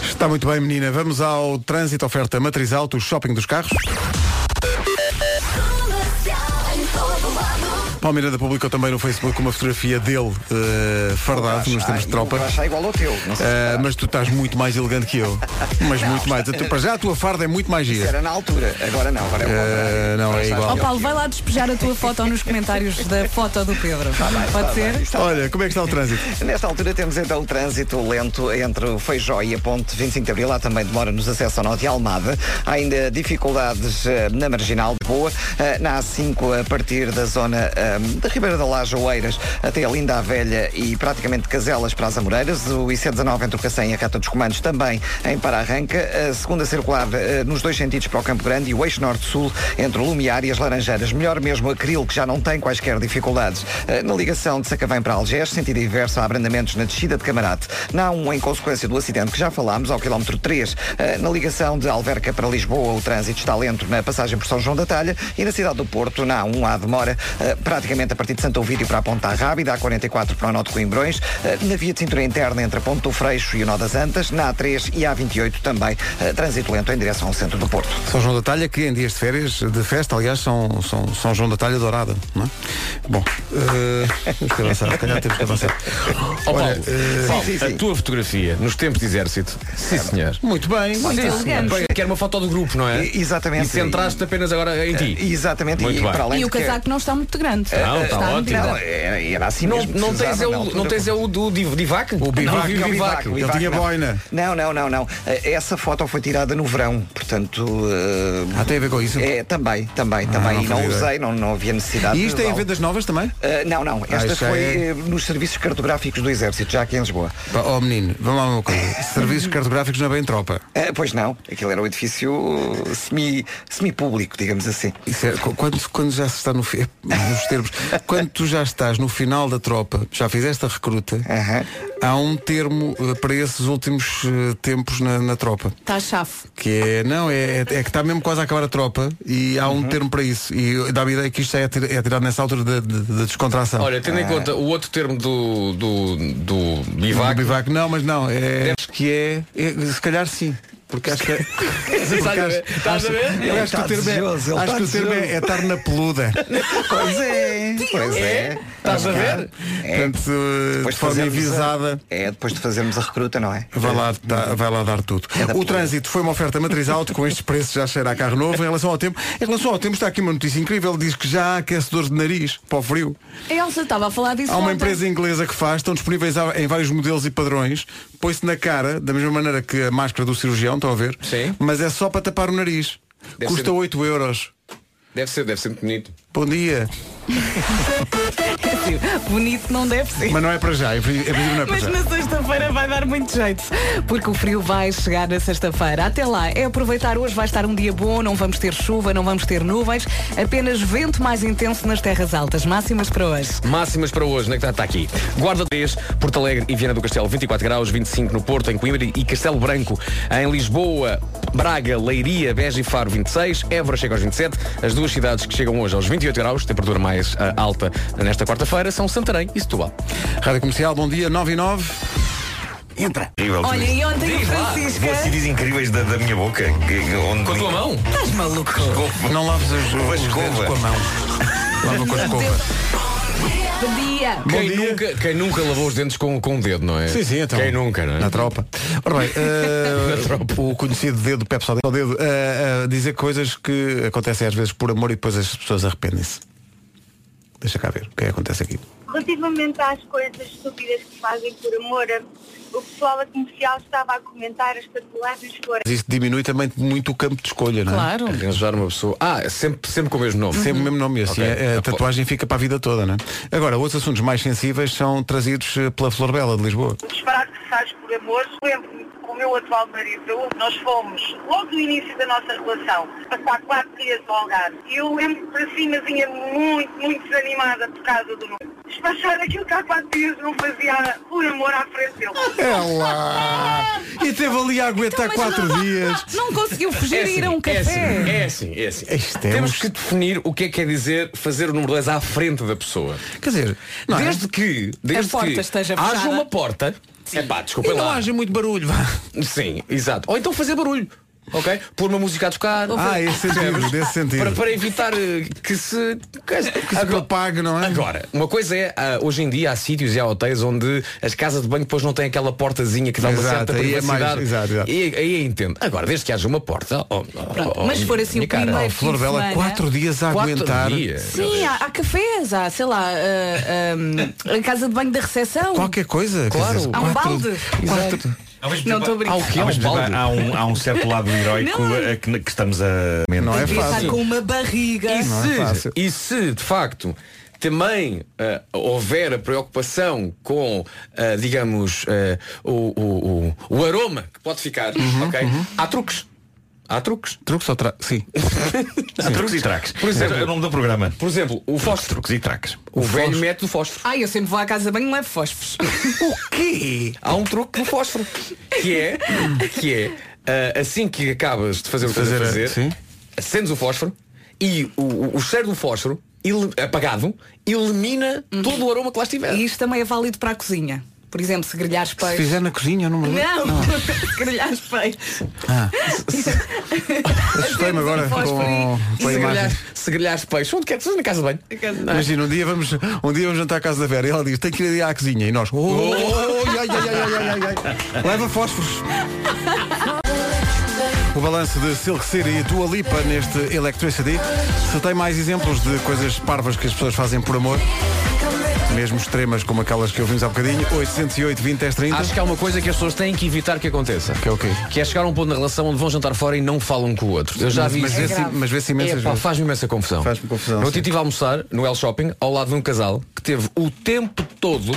S1: Está muito bem, menina. Vamos ao trânsito oferta Matriz Alto, o shopping dos carros. Paulo Miranda publicou também no Facebook uma fotografia dele eh, fardado nos tempos de tropa.
S3: Está igual ao teu. Não sei.
S1: Eh, mas tu estás muito mais elegante que eu. Mas muito mais. A tu- Para já a tua farda é muito mais gira.
S3: Era na altura, agora não. Agora é o
S1: Eh, não, é
S2: Ó
S1: igual.
S2: Paulo, vai lá despejar a tua foto nos comentários da foto do Pedro.
S1: Tá
S2: Pode ser?
S1: Olha, como é que está o trânsito?
S3: Nesta altura temos então o trânsito lento entre o Feijó e a ponte 25 de Abril. Há também demora nos acessos ao norte e Almada. Há ainda dificuldades eh, na Marginal de Boa. Eh, Na A5, a partir da zona eh, da Ribeira da Laje, Oeiras, até a Linda a Velha e praticamente Caselas para as Amoreiras. O IC19 entre o Cacém e a Reta dos Comandos também em Para-Arranca. A segunda circular eh, nos dois sentidos para o Campo Grande e o eixo norte-sul entre o Lumiar e as Laranjeiras. Melhor mesmo a Cril, que já não tem quaisquer dificuldades. Eh, Na ligação de Sacavém para Algés, sentido inverso, há abrandamentos na descida de Camarate. Na um em consequência do acidente que já falámos, ao quilómetro 3. Na ligação de Alverca para Lisboa, o trânsito está lento na passagem por São João da Talha e na cidade do Porto, na A1, há demora eh, praticamente a partir de Santo Ovídio para a Ponta Rábida, A44 para o Nó de Coimbrões, eh, na via de cintura interna entre a Ponte do Freixo e o Nó das Antas, na A3 e A28 também, eh, trânsito lento em direção ao centro do Porto.
S1: São João da Talha, que em dias de férias, de festa, aliás, são, são, são João da Talha dourada, não é? Bom, eh, temos que avançar, se calhar temos que avançar.
S9: Ó, Paulo,
S1: Olha, eh,
S9: Paulo,
S1: sim, sim,
S9: a tua fotografia nos tempos de exército. Sim, senhor.
S1: Muito bem,
S9: Sim,
S3: muito
S9: senhor.
S3: elegante.
S9: Bem, Quero uma foto do grupo, não é?
S3: E- exatamente.
S9: E centraste apenas agora em ti.
S3: E- exatamente,
S9: Muito
S3: e
S9: bem.
S3: para além
S2: E o
S3: de que-
S2: casaco não está muito grande.
S1: É?
S9: Não, está
S2: muito
S9: ótimo.
S2: grande.
S3: Eh, Não, era, era assim
S9: Não,
S3: mesmo.
S9: não
S3: precisava
S9: tens é
S3: na
S9: o,
S3: altura,
S9: não tens é o do div- Divac?
S3: Bivac,
S9: O
S3: é
S9: Não,
S3: o
S9: o Bivac.
S3: Bivac, o Bivac, não.
S1: boina.
S3: Não, não, não, não. Eh, Essa foto foi tirada no verão, portanto.
S1: Ah, tem a ver com isso? Ah,
S3: É, também, também, também.
S1: não
S3: e não
S1: fazia ideia.
S3: usei, não, não havia necessidade.
S1: E isto
S3: de
S1: tem
S3: usá-lo.
S1: vendas novas também?
S3: Eh, não, não.
S1: Ah,
S3: Esta
S1: isso já
S3: foi
S1: é-
S3: eh, nos serviços cartográficos do Exército, já aqui em Lisboa.
S1: Pá, Oh menino, vamos lá uma coisa. Serviços cartográficos não é bem tropa.
S3: Eh, pois não, aquilo era um edifício eh, semi- semi-público, digamos assim.
S1: Isso é, qu- quando, quando já se está no fi- nos termos, quando tu já estás no final da tropa, já fizeste a recruta, há um termo eh, para esses últimos eh, tempos na, na tropa.
S2: Está Tá chafo.
S1: Que é, não, é, é que está mesmo quase a acabar a tropa e
S3: Uhum.
S1: há um termo para isso. E dá-me ideia que isto já é, tir- é tirado nessa altura da, da- da descontração.
S9: Olha,
S3: Ah. É.
S9: tendo em conta o outro termo do, do, do
S1: O
S9: Bivac,
S1: bivac, não, mas não, é, que é, é, se calhar sim. Porque acho que.
S9: Estás a ver? Estás a ver?
S1: Eu
S9: Ele
S1: acho que
S9: está
S1: o termo é-
S9: desejoso, ele
S1: acho
S9: está
S1: que o termo é
S9: desejoso.
S1: é estar na peluda.
S9: Pois
S1: é,
S3: pois é.
S9: Estás a ver?
S1: Portanto, depois de forma
S3: fazermos a-
S1: avisada.
S3: É, depois de fazermos a recruta, não é?
S1: Vai lá, tá- vai lá dar tudo. O trânsito foi uma oferta matriz alto, com estes preços já cheira a carro novo. Em relação ao tempo, em relação ao tempo está aqui uma notícia incrível, diz que já há aquecedores de nariz para o frio.
S2: A Elsa estava a falar disso
S1: Há uma
S2: ontem.
S1: empresa inglesa que faz, estão disponíveis há- em vários modelos e padrões, põe-se na cara, da mesma maneira que a máscara do cirurgião, estão a ver? Sim. Mas é só para tapar o nariz.
S9: Deve
S1: Custa
S9: ser-
S1: 8 euros.
S9: Deve ser, deve ser muito bonito.
S1: Bom dia.
S2: Bonito não deve ser.
S1: Mas não é para já, é pri- é princípio não é para
S2: Mas
S1: já.
S2: na sexta-feira vai dar muito jeito, porque o frio vai chegar na sexta-feira. Até lá, é aproveitar hoje, vai estar um dia bom, não vamos ter chuva, não vamos ter nuvens, apenas vento mais intenso nas terras altas, máximas para hoje.
S9: Máximas para hoje, onde é que está? Está aqui. Guarda 3, Porto Alegre e Viana do Castelo 24 graus, 25 no Porto, em Coimbra e Castelo Branco. Em Lisboa, Braga, Leiria, Beja e Faro 26, Évora chega aos 27. As duas cidades que chegam hoje aos 28 graus, temperatura mais ah, alta nesta quarta-feira, são Santarém e Setúbal.
S1: Rádio Comercial, bom dia, 9 e 9. Entra.
S11: Incrível.
S2: Olha, e ontem o
S11: Diz lá.
S2: Francisco.
S11: Vou sítios incríveis da, da minha boca. que- que- Onde com a tua
S9: mão?
S2: Estás maluco?
S1: Não laves os, os dedos com a mão. Lava com a escova.
S2: Bom dia!
S9: Quem nunca, quem nunca lavou os dentes com, com o dedo, não é?
S1: Sim, sim, então.
S9: Quem nunca, não é?
S1: Na tropa. Ora bem, eh, o conhecido dedo, Pepe só dedo, dedo eh, eh, dizer coisas que acontecem às vezes por amor e depois as pessoas arrependem-se. Deixa cá ver o que é que acontece aqui.
S13: Relativamente às coisas estúpidas que fazem por amor, o pessoal da comercial estava a comentar as tatuagens foram.
S1: Mas isso diminui também muito o campo de escolha, não é?
S2: Claro.
S9: Arranjar uma pessoa. Ah, sempre, sempre com o mesmo nome.
S1: Sempre o mesmo nome, e assim
S9: Ok.
S1: a, a tatuagem fica para a vida toda, não é? Agora, outros assuntos mais sensíveis são trazidos eh, pela Flor Bela de Lisboa.
S13: Disparar que sais por amor, lembro-me que com o meu atual marido, nós fomos, logo no início da nossa relação, passar quatro dias no Algarve. E eu lembro-me para cima vinha muito, muito desanimada por causa do nome. Despachar aquilo que há quatro dias não fazia por amor à frente dele.
S1: Ela! É E teve ali a aguentar quatro dias.
S2: Então, Não conseguiu fugir e ir a um
S9: É assim,
S2: café.
S9: é assim, é assim.
S1: é
S9: Temos
S1: um-
S9: que definir o que é que quer dizer fazer o número 10 à frente da pessoa.
S1: Quer dizer, não é?
S9: desde que, desde
S1: porta
S9: que
S1: esteja
S9: haja
S1: fechada.
S9: uma porta, é pá, desculpem
S1: E não
S9: lá.
S1: haja muito barulho,
S9: Sim, exato. Ou então fazer barulho. Ok? Pôr uma música a tocar.
S1: Ah, esse sentido,
S9: Percebes?
S1: desse sentido.
S9: Para, para evitar eh, que se, que se,
S1: propague, não é?
S9: Agora, uma coisa é, ah, hoje em dia há sítios e há hotéis onde as casas de banho depois não têm aquela portazinha que dá uma
S1: Exato,
S9: certa
S1: aí é mais-
S9: privacidade.
S1: exato, exato.
S9: E, aí eu entendo. Agora, desde que haja uma porta, oh, oh, oh,
S2: mas se for assim
S9: minha
S2: o
S9: cara.
S2: primeiro
S9: Oh,
S1: Flor Bela,
S2: Semana.
S1: quatro dias a
S9: Quatro
S1: aguentar.
S9: dias.
S2: Sim, há, há cafés, há, sei lá, ah, ah, a casa de banho da recepção.
S1: Qualquer coisa.
S2: Claro.
S1: quer dizer, é
S2: Há um
S1: quatro-
S2: balde.
S1: quatro-
S2: Não estou a brincar.
S11: Há, um balde? Há um- há um certo lado heroico
S2: Não.
S11: a que, que estamos a.
S1: Não é
S2: Devia estar com uma barriga.
S9: E se, e se, de facto também ah, houver a preocupação com, ah, digamos, ah, o, o- o- o aroma que pode ficar, ok? Há truques. Há truques.
S1: Uhum, Truques ou tra... Sim.
S11: Há truques e traques.
S9: Por exemplo,
S11: é o nome do programa.
S9: Por exemplo, o fósforo.
S11: Truques e traques.
S9: O, velho mete do fósforo.
S2: Ai, eu sempre vou à casa de banho e levo fósforos.
S1: o quê?
S9: Há um truque do fósforo. Que é, que é ah, assim que acabas de fazer o que
S1: Fazer a-
S9: estás a
S1: sim.
S9: fazer, acendes o fósforo e o, o, o cheiro do fósforo, ele- apagado, elimina todo o aroma que lá estiver.
S2: E isto também é válido para a cozinha. Por exemplo, se grelhares
S1: Se
S2: peixe.
S1: fizer na cozinha, não me
S2: Não, se grelhares peixe.
S1: Ah. Assustei-me agora
S2: Fósforo
S1: com,
S9: E
S1: com a
S9: se grelhares,
S1: imagem.
S9: se grelhares peixe, onde quer que seja, na casa de banho. é?
S1: Imagina, um dia, vamos, um dia vamos jantar à casa da Vera e ela diz, tem que ir ali à cozinha. E nós, oh, ai, ai, ai, ai, ai, ai, ai. leva fósforos. O balanço de Silk City e Dua Lipa neste Electricity. Se tem mais exemplos de coisas parvas que as pessoas fazem por amor, mesmo extremas como aquelas que ouvimos há bocadinho, 808 20 10 30.
S9: Acho que há uma coisa que as pessoas têm que evitar que aconteça.
S1: Que é o quê?
S9: Que é chegar a um ponto na relação onde vão jantar fora e não falam com o outro. Eu já
S1: Mas-
S9: vi
S1: mas
S9: isso.
S1: vê-se- É grave. mas vê-se imensas
S9: Epá,
S1: vezes.
S9: Faz-me imensa confusão.
S1: Faz-me confusão,
S9: No
S1: sim.
S9: outro dia estive a almoçar no El Shopping, ao lado de um casal, que teve o tempo todo,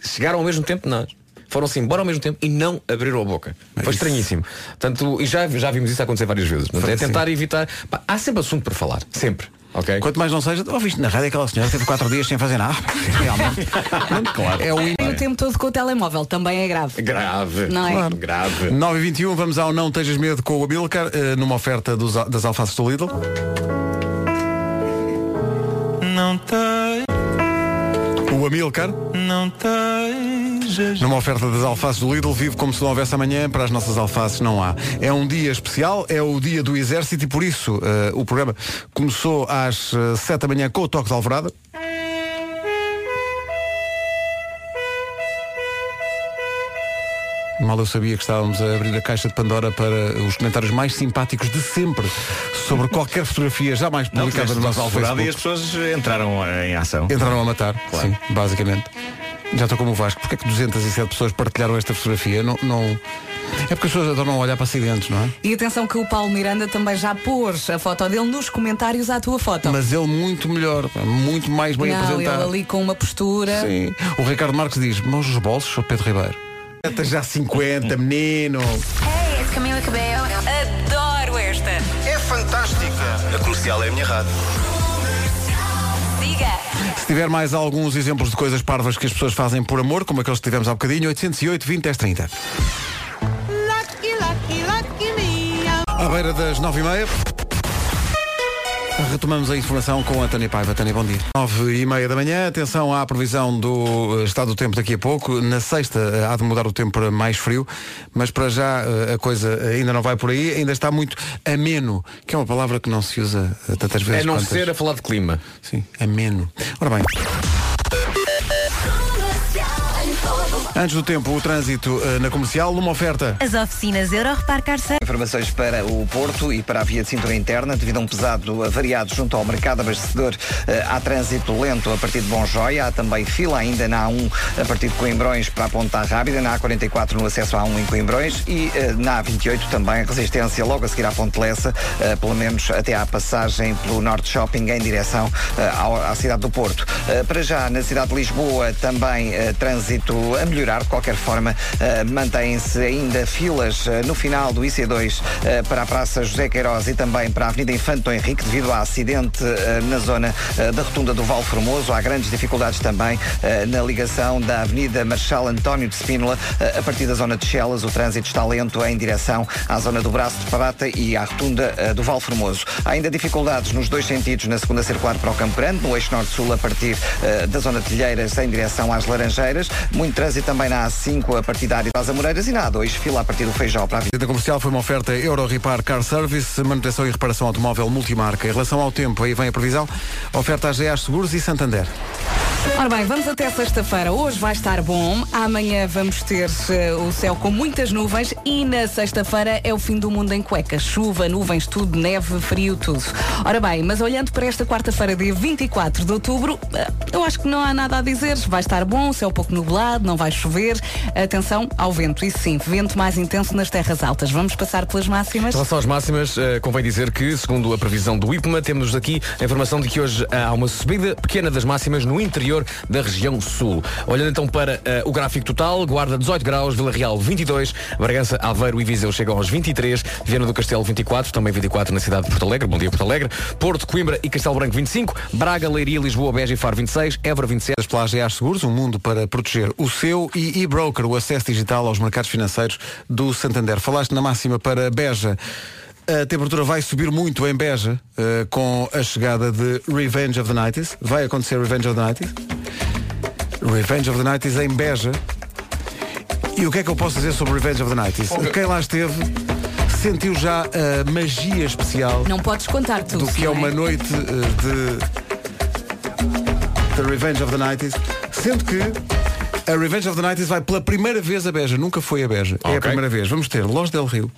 S9: chegaram ao mesmo tempo que nós. Foram-se embora ao mesmo tempo e não abriram a boca.
S1: É
S9: Foi estranhíssimo. Portanto, e já, já vimos isso acontecer várias vezes. Portanto, é
S1: Sim.
S9: tentar evitar. Pá, há sempre assunto para falar. Sempre. Ok?
S1: Quanto mais não seja, ouviste na rádio aquela senhora teve quatro dias sem fazer nada. Realmente. claro. É o
S2: E o tempo todo com o telemóvel também é grave.
S9: Grave.
S2: Não é? Claro.
S9: Grave.
S1: 9 e 21 vamos ao Não Tejas Medo com o Amilcar, eh, numa oferta dos al- das alfaces do Lidl.
S14: Não tem,
S1: O Amilcar.
S14: não tem.
S10: laranjas.
S1: Numa oferta das alfaces do Lidl, vive como se não houvesse amanhã, para as nossas alfaces não há. É um dia especial, é o dia do Exército e por isso eh, o programa começou às eh, 7 da manhã com o toque de alvorada. Mal eu sabia que estávamos a abrir a caixa de Pandora para os comentários mais simpáticos de sempre sobre qualquer fotografia jamais
S11: Não,
S1: publicada no
S11: tiveste
S1: nosso
S11: alvorada e
S1: Facebook.
S11: as pessoas entraram eh, em ação.
S1: Entraram a matar, sim, basicamente. Já estou como o Vasco. Porquê é que 207 pessoas partilharam esta fotografia? Não, não... É porque as pessoas adoram olhar para acidentes, não é?
S2: E atenção que o Paulo Miranda também já pôs a foto dele nos comentários à tua foto.
S1: Mas ele muito melhor, pá, muito mais bem
S2: Tá. não,
S1: apresentado.
S2: ele ali é- com uma postura.
S1: Sim. O Ricardo Marques diz, mãos os bolsos, sou Pedro Ribeiro. Já 50, menino.
S6: Hey, it's Camila Cabello. Adoro esta. É fantástica.
S14: A comercial é a minha rádio.
S6: Diga.
S1: Se tiver mais alguns exemplos de coisas parvas que as pessoas fazem por amor, como aqueles que tivemos há bocadinho, 808 20 10 30.
S6: Lucky, lucky, lucky me.
S1: À beira das 9h30. Retomamos a informação com a Tânia Paiva. Tânia, bom dia. 9 e meia da manhã, atenção à previsão do eh, estado do tempo daqui a pouco. Na sexta eh, há de mudar o tempo para mais frio, mas para já eh, a coisa ainda não vai por aí, ainda está muito ameno, que é uma palavra que não se usa eh, tantas vezes.
S9: É não
S1: quantas-
S9: ser a falar de clima.
S1: Sim, ameno. Ora bem. Antes do tempo, o trânsito eh, na comercial, numa oferta.
S5: As oficinas Euro Repar Car Service.
S3: Informações para o Porto e para a via de cintura interna, devido a um pesado variado junto ao mercado abastecedor, eh, há trânsito lento a partir de Bonjoia, há também fila ainda na A1 a partir de Coimbrões para a Ponta Rábida, na A44 no acesso à A1 em Coimbrões e eh, na A28 também resistência logo a seguir à Ponte Lessa, eh, pelo menos até à passagem pelo Norte Shopping em direção eh, ao- à cidade do Porto. Eh, Para já, na cidade de Lisboa, também eh, trânsito a melhorar, de qualquer forma, eh, mantêm-se ainda filas eh, no final do IC2 eh, para a Praça José Queiroz e também para a Avenida Infanto Henrique, devido a acidente eh, na zona eh, da rotunda do Val Formoso. Há grandes dificuldades também eh, na ligação da Avenida Marechal António de Spínola, eh, a partir da zona de Chelas. O trânsito está lento em direção à zona do Braço de Prata e à rotunda eh, do Val Formoso. Há ainda dificuldades nos dois sentidos na segunda circular para o Campo Grande, no eixo norte-sul a partir eh, da zona de Telheiras em direção às Laranjeiras. Muito trânsito também na A5 a partir da área das Amoreiras e na A2 fila a partir do Feijão para a
S1: A comercial foi uma oferta Euro Repar Car Service, manutenção e reparação automóvel multimarca. Em relação ao tempo, aí vem a previsão, oferta às GA Seguros e Santander.
S2: Ora bem, vamos até sexta-feira. Hoje vai estar bom, amanhã vamos ter eh, o céu com muitas nuvens e na sexta-feira é o fim do mundo em cuecas. Chuva, nuvens, tudo, neve, frio, tudo. Ora bem, mas olhando para esta quarta-feira, dia 24 de outubro, eh, eu acho que não há nada a dizer. Vai estar bom, céu pouco nublado, não vai chover. Atenção ao vento, e sim, vento mais intenso nas terras altas. Vamos passar pelas
S9: Em
S2: máximas?
S9: relação às máximas, eh, convém dizer que, segundo a previsão do IPMA, temos aqui a informação de que hoje ah, há uma subida pequena das máximas no interior da região sul. Olhando então para eh, o gráfico total, Guarda 18 graus, Vila Real 22, Bragança, Aveiro e Viseu chegam aos 23, Viana do Castelo 24, também 24 na cidade de Porto Alegre, bom dia Porto Alegre, Porto, Coimbra e Castelo Branco 25, Braga, Leiria, Lisboa, Beja e Faro 26, Évora 27.
S1: As pela AGA Seguros, um mundo para proteger o seu e e-broker, o acesso digital aos mercados financeiros do Santander. Falaste na máxima para Beja. A temperatura vai subir muito em Beja eh, com a chegada de Revenge of the Nights. Vai acontecer Revenge of the Nights. Revenge of the Nights em Beja. E o que é que eu posso dizer sobre Revenge of the Nights? Quem lá esteve sentiu já a magia especial
S2: Não podes contar tudo.
S1: do que é
S2: não
S1: uma noite eh, de The Revenge of the Nighties, sendo que a Revenge of the Nighties vai pela primeira vez a Beja, nunca foi a Beja, é a
S9: Ok.
S1: primeira vez. Vamos ter Los del Rio.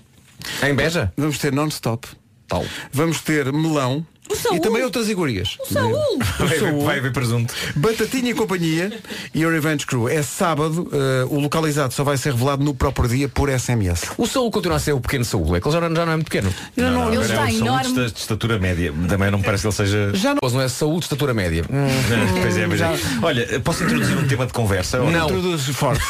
S9: Em Beja?
S1: Vamos ter non-stop. Tal. Vamos ter melão. E também outras iguarias. O Saúl.
S11: Vai haver- vai haver presunto.
S1: Batatinha e Companhia e o Revenge Crew. É sábado, eh, o localizado só vai ser revelado no próprio dia por SMS.
S9: O Saúl continua a ser o pequeno Saúl, é que ele já não, já não é muito pequeno.
S1: Não,
S11: não,
S9: ele
S11: agora
S9: está
S11: é o Saúl de
S9: enorme.
S11: esta- de estatura média. Também não me parece que ele seja.
S9: não... Pois não é Saúl de estatura média.
S11: pois é, pois é.
S9: Já-
S11: Olha, posso Então, introduzir um tema de conversa? Ou-
S9: Não.
S1: Introduz forte.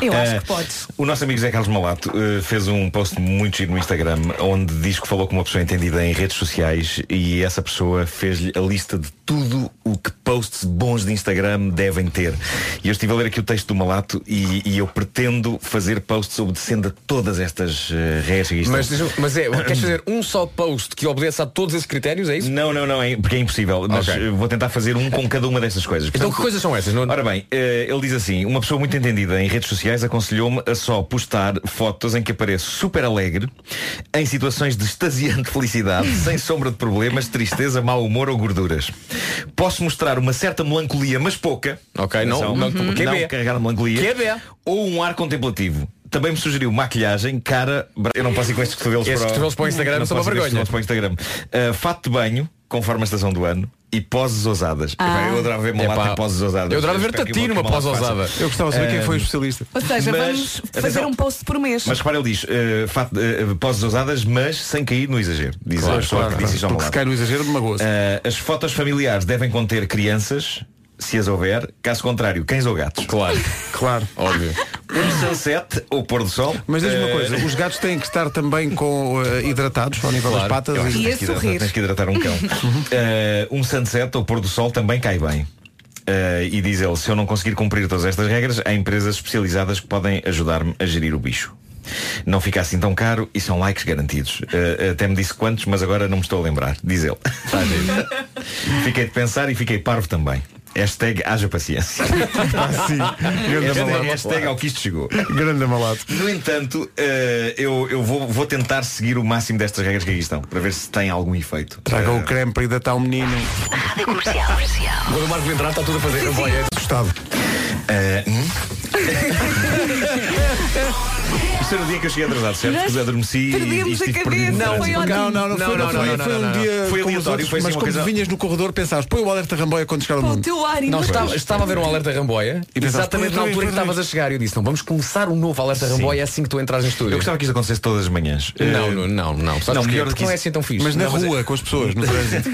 S2: Eu acho
S11: Eh,
S2: que podes.
S11: O nosso amigo Zé Carlos Malato eh, fez um post muito giro no Instagram onde diz que falou com uma pessoa entendida em redes sociais e essa pessoa fez-lhe a lista de tudo o que posts bons de Instagram devem ter. E eu estive a ler aqui o texto do Malato e, e eu pretendo fazer posts obedecendo a todas estas eh, regras.
S9: Mas, diz-me- mas é, queres fazer um só post que obedeça a todos esses critérios, é isso?
S11: Não, não, não, é, porque é impossível. Mas
S9: Ok.
S11: eh, vou tentar fazer um com cada uma dessas coisas.
S9: Então, que coisas são essas?
S11: Ora bem, eh, ele diz assim, uma pessoa muito entendida em redes sociais aconselhou-me a só postar fotos em que apareço super alegre, em situações de extasiante felicidade, sem sombra de problemas, tristeza, mau humor ou gorduras. Posso mostrar uma certa melancolia, mas pouca.
S9: Ok, não-
S11: Atenção, Uhum.
S9: não-
S11: não,
S9: que é bem.
S11: carregar a melancolia.
S9: Que é bem.
S11: Ou um ar contemplativo. Também me sugeriu maquilhagem, cara... bra- Eu não posso ir com estes cotovelos
S9: Estes
S11: para o-
S9: cotovelos para o Instagram
S11: Não
S9: são uma
S11: posso ir com estes
S9: vergonha.
S11: cotovelos para o Instagram. Uh, fato de banho, conforme a estação do ano, e poses ousadas.
S2: Ah.
S11: Tipo, Eu adorava ver
S9: Epá,
S11: Malato em poses ousadas.
S9: eu adorava ver
S11: espero que o
S9: Tati numa
S11: Malato
S9: pose
S11: faça.
S9: ousada.
S1: Eu gostava de saber quem
S11: Eh,
S1: foi o especialista.
S2: Ou seja,
S11: Mas,
S2: vamos fazer
S11: atenção.
S2: um post por mês.
S11: Mas repara, ele diz eh, fato, eh, poses ousadas, mas sem cair no exagero. Diz
S1: Claro,
S11: a pessoa
S1: claro,
S11: que disse
S1: claro.
S11: isto ao
S1: Porque
S11: Malato.
S1: se cai no exagero, magoa-se.
S11: Eh, as fotos familiares devem conter crianças, se as houver, caso contrário, cães ou gatos.
S9: Claro,
S1: claro.
S9: Óbvio.
S11: Um sunset ou pôr do sol.
S1: Mas diz-me uma
S11: Eh,
S1: coisa, os gatos têm que estar também com eh, hidratados ao nível das
S11: Claro, eu
S1: patas
S11: acho que tens que hidratar- Tens que hidratar um cão. Eh, um sunset ou pôr do sol também cai bem. Eh, e diz ele, se eu não conseguir cumprir todas estas regras, há empresas especializadas que podem ajudar-me a gerir o bicho. Não fica assim tão caro e são likes garantidos. Eh, até me disse quantos, mas agora não me estou a lembrar, diz ele. Está a ver? fiquei de pensar e fiquei parvo também. Hashtag haja paciência.
S1: sim. Grande
S11: Hashtag-
S1: malato.
S11: hashtag ao que isto chegou.
S1: Grande malato.
S11: No entanto, eh, eu, eu vou, vou tentar seguir o máximo destas regras que aqui estão, para ver se tem algum efeito.
S1: Traga o creme para hidratar o menino.
S9: Quando o Marco entrar, está tudo a fazer. Eu vou, é.
S1: Gustavo.
S11: Eh, hum? Isto era o dia que eu cheguei atrasado, certo? Porque adormeci e- e
S2: Perdemos a
S11: estive
S2: cabeça,
S11: perdido no
S2: foi
S11: trânsito.
S2: ótimo.
S1: Não, não, não, foi, não, foi, foi um dia
S11: Foi
S1: como os
S11: aleatório,
S1: outros,
S11: foi assim
S1: Mas
S11: uma
S1: como
S11: coisa...
S1: vinhas no corredor pensavas, põe o alerta ramboia quando chegar ao
S2: Pá,
S1: mundo.
S2: o teu ar
S9: Não,
S2: inútil.
S9: estava, estava a ver um alerta Ramboia
S1: E pensaste,
S9: Exatamente na
S1: "Pois,
S9: altura
S1: pois,
S9: que estavas a chegar E eu disse, não, vamos começar um novo alerta Ramboia Assim que tu entras no
S11: Eu
S9: estúdio
S11: gostava que isto acontecesse todas as manhãs.
S9: Não,
S11: Eh,
S9: não, não, não Sabes porquê?
S11: melhor do
S9: Porque
S11: que
S9: não é
S11: isso.
S9: assim tão fixe
S1: Mas na
S9: Não,
S1: rua, com as pessoas, no trânsito.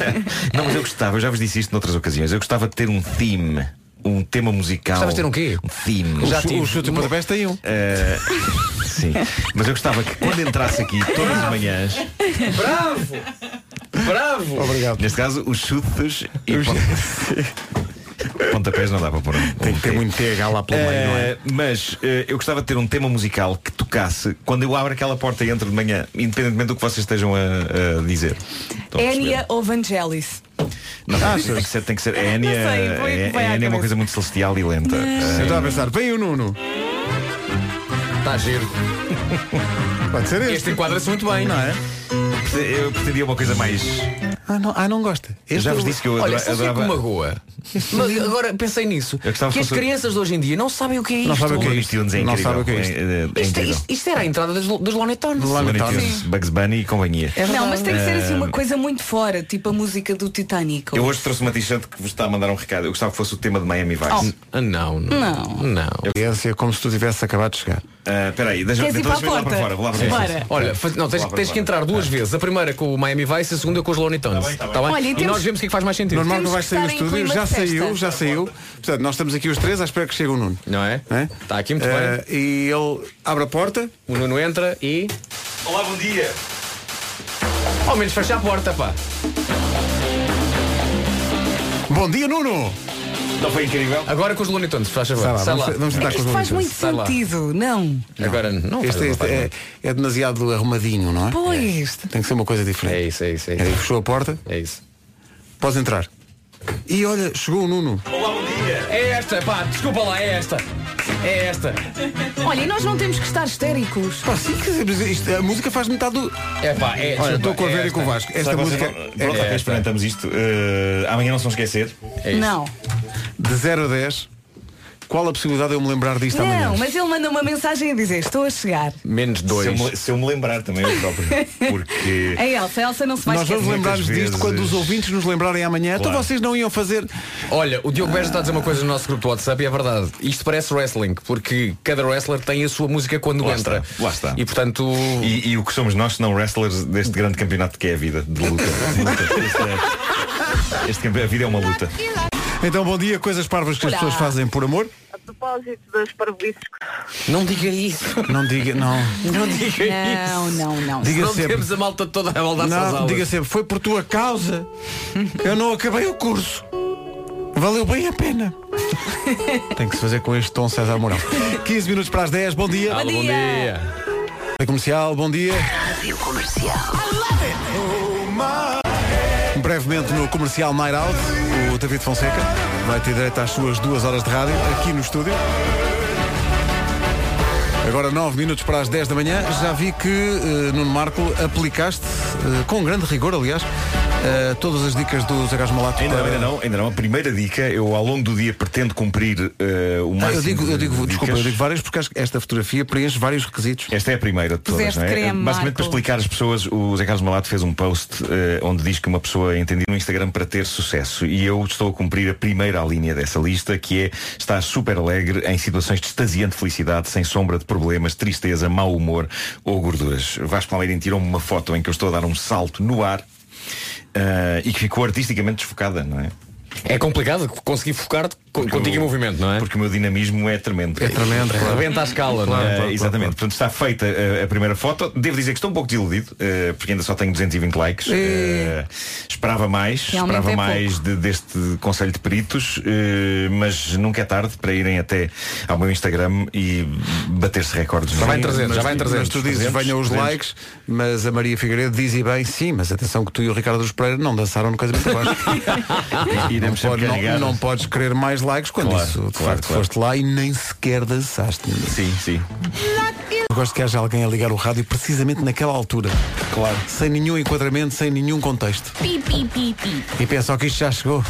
S11: Não, mas eu gostava, eu já vos disse isto noutras ocasiões, eu gostava de ter um theme, um tema musical.
S9: Gostavas de ter um quê?
S11: Um theme.
S1: Já
S11: Um-
S1: tive.
S11: um-
S1: Os chutes e pontapés têm um.
S11: Eh, sim. Mas eu gostava que quando entrasse aqui todas as manhãs,
S9: Bravo! Bravo!
S1: Obrigado.
S11: neste caso, os chutes e pon- pontapés não dá para pôr. um-
S1: Tem que ter
S11: um-
S1: muito TH lá pelo meio, não é?
S11: Eh, Mas eh, eu gostava de ter um tema musical que tocasse quando eu abro aquela porta e entro de manhã, independentemente do que vocês estejam a, a dizer.
S1: então,
S11: Estão a perceber?
S2: Enya ou Vangelis.
S11: Não, tem que ser, tem que ser. A Enya,
S2: Ah, Não sei, foi o que
S11: é-
S2: veio à
S11: a Enya é
S2: cabeça.
S11: uma coisa muito celestial e lenta.
S1: Eu
S11: Eh,
S1: estava a pensar, vem o Nuno.
S9: Está Tá giro
S1: Pode ser este.
S9: Este enquadra-se muito bem
S1: Não é?
S11: eu pretendia uma coisa mais.
S1: Ah, não, ah, não gosta.
S11: Eu já
S1: Este-
S11: vos disse que eu
S9: Olha,
S11: adora-
S9: sabes o que é que
S11: adorava.
S9: me magoa? Mas agora pensei nisso
S11: Eu gostava
S9: Que
S11: que
S9: as
S11: fosse-
S9: crianças de hoje em dia não sabem o que é isto
S1: Então, Não sabem o que é
S11: Looney Tunes
S1: isto. Não
S11: incrível.
S1: sabem o que é isto.
S11: É, é, é
S9: Isto,
S11: incrível.
S9: isto- isto era a entrada dos, dos Looney Tunes. É
S11: Looney
S1: Lamentável.
S11: Tunes, Bugs Bunny e companhia.
S2: Não, mas tem que ser
S1: É.
S2: assim uma coisa muito fora, tipo a música do Titanic.
S11: Eu hoje trouxe uma t-shirt que vos está a mandar um recado. Eu gostava que fosse o tema de Miami Vice.
S2: Oh.
S9: Ah, não, não.
S2: Não.
S9: não.
S1: é Experiência como se tu tivesse acabado de chegar.
S11: Ah, Espera aí, deixa,
S2: Queres ir
S11: então
S2: para a
S11: deixa-me ir lá
S2: porta?
S11: para fora. Vou lá para
S2: Sim.
S11: fora.
S2: Bora.
S9: Olha, faz- não, tens,
S11: Vou lá
S9: tens
S11: para
S9: que entrar
S11: fora. Ah.
S9: duas vezes. A primeira com o Miami Vice, a segunda com os Looney Tunes.
S11: Tá bem, tá bem.
S9: Tá bem?
S2: Olha, e
S9: e
S2: temos-
S9: nós vemos o que é que faz mais sentido.
S1: Normal não
S2: Temos
S1: vai
S2: que
S1: sair do
S2: estar em
S1: estúdio,
S2: clima
S1: já
S2: de
S1: saiu,
S2: festa.
S1: já saiu. Portanto, nós estamos aqui os três à espera que chegue o Nuno.
S9: Não é?
S1: Não é?
S9: Está aqui muito bem.
S1: Eh, E ele abre a porta.
S9: O Nuno entra e.
S11: Olá, bom dia.
S9: Ao menos fecha a porta, pá.
S1: Bom dia, Nuno!
S11: Não foi incrível?
S9: Agora com os Looney Tunes, faz
S1: Sei
S9: favor.
S1: lá,
S9: Sai
S1: vamos,
S9: lá.
S1: vamos tentar com os
S2: Isto faz
S1: Looney
S2: muito
S1: Tunes.
S9: Sai lá.
S2: sentido, não?
S9: Agora não. faz,
S1: Este,
S9: não
S1: este
S9: faz,
S1: é, é demasiado arrumadinho, não é?
S2: Pois.
S1: Tem que ser uma coisa
S9: não.
S1: diferente.
S9: É isso, é isso, é
S1: É,
S9: isso.
S1: fechou a porta,
S9: É isso.
S1: podes entrar. E olha, chegou o Nuno.
S11: Olá, bom dia.
S9: É esta, pá, desculpa lá, é esta. É esta.
S2: Olha, e nós não temos que estar histéricos.
S1: Pá, sim, quer dizer, mas isto- a música faz metade do.
S9: É pá, é
S1: Olha, eu estou
S9: desculpa,
S1: com a
S9: é
S1: Vera e
S9: esta.
S1: com o Vasco. Esta música é
S11: Pronto, ok,
S9: é-
S11: experimentamos isto. Eh, amanhã não se vão esquecer.
S9: É isso.
S2: Não.
S1: de 0 a 10. Qual a possibilidade de eu me lembrar disto amanhã?
S2: Não, mas ele manda uma mensagem a dizer, estou a chegar.
S9: Menos
S11: Se eu,
S9: dois.
S11: me, se eu me lembrar também eu próprio. Porque.
S2: A Elsa, a Elsa não se vai
S1: É. Nós vamos
S2: esquecer.
S1: lembrar-nos
S11: Muitas
S1: disto quando
S11: vezes.
S1: os ouvintes nos lembrarem amanhã. Então
S11: Claro.
S1: vocês não iam fazer.
S9: Olha, o Diogo Beja está a dizer uma coisa no nosso grupo do WhatsApp e é verdade. Isto parece wrestling, porque cada wrestler tem a sua música quando
S11: Lá
S9: entra.
S11: está, lá está.
S9: E portanto.
S11: E, e o que somos nós se não wrestlers deste grande campeonato que é a vida de luta. Este, é- este campe- a vida é uma luta.
S1: Então bom dia, coisas parvas que as
S2: Olá.
S1: pessoas fazem por amor.
S13: A propósito propósito das parvoices
S7: Não diga isso.
S1: Não diga, não.
S9: Não diga
S2: Não,
S9: isso.
S2: não, não.
S1: Diga
S9: Senão
S1: sempre.
S9: temos a malta toda a voltar às
S1: Não,
S9: aulas.
S1: diga sempre, foi por tua causa que eu não acabei o curso. Valeu bem a pena. Tem que se fazer com este tom César Mourão. 15 minutos para as 10, bom dia.
S9: Alô, bom dia.
S1: Rádio É Comercial, bom dia.
S6: Rádio Comercial.
S1: Brevemente no Comercial Night Out, o David Fonseca vai ter direito às suas duas horas de rádio aqui no estúdio. Agora 9 minutos para as 10 da manhã. Já vi que, eh, Nuno Marco, aplicaste, eh, com grande rigor, aliás, eh, todas as dicas do Zagás Malato.
S11: Ainda não,
S1: para-
S11: ainda não, ainda não. A primeira dica, eu ao longo do dia pretendo cumprir eh, o máximo.
S1: Ah, eu digo,
S11: de
S1: eu digo desculpa, eu
S11: dicas.
S1: digo várias porque acho que esta fotografia preenche vários requisitos.
S11: Esta é a primeira de todas,
S1: Puseste
S11: não é?
S1: creme,
S11: Basicamente
S1: Marco.
S11: para explicar às pessoas, o Zé Carlos Malato fez um post eh, onde diz que uma pessoa é entendida no Instagram para ter sucesso e eu estou a cumprir a primeira linha dessa lista que é estar super alegre em situações de extasiante felicidade, sem sombra de problemas, tristeza, mau humor ou gorduras. Vasco Almeida tirou-me uma foto em que eu estou a dar um salto no ar eh, e que ficou artisticamente desfocada, não é?
S9: É complicado conseguir focar contigo em movimento, não é?
S11: Porque o meu dinamismo é tremendo.
S1: É tremendo, claro.
S9: Rebenta a escala, não é?
S11: Eh, exatamente. Portanto, está feita eh, a primeira foto. Devo dizer que estou um pouco desiludido, eh, porque ainda só tenho 220 likes. Eh, esperava mais,
S14: Realmente
S11: esperava
S14: é
S11: mais de- deste conselho de peritos, eh, mas nunca é tarde para irem até ao meu Instagram e bater-se recordes.
S9: Já vai em
S11: Sim,
S9: 300, já
S11: mas-
S9: vai em 300.
S11: mas
S1: Mas tu dizes,
S11: 300,
S1: venham os
S11: 300.
S1: likes, mas a Maria Figueiredo diz e bem, sim, mas atenção que tu e o Ricardo dos Pereira não dançaram no casamento de Vasco. não,
S11: Iremos sempre
S1: pode- não-
S11: carregar.
S1: não podes querer mais likes quando
S11: Claro,
S1: isso, de
S11: claro,
S1: facto,
S11: claro.
S1: foste lá e nem sequer dançaste.
S11: Sim, sim.
S1: Eu gosto que haja alguém a ligar o rádio precisamente naquela altura. Claro. Sem nenhum enquadramento, sem nenhum contexto.
S6: Pi, pi, pi, pi.
S1: E pensa, ó, que isto já chegou.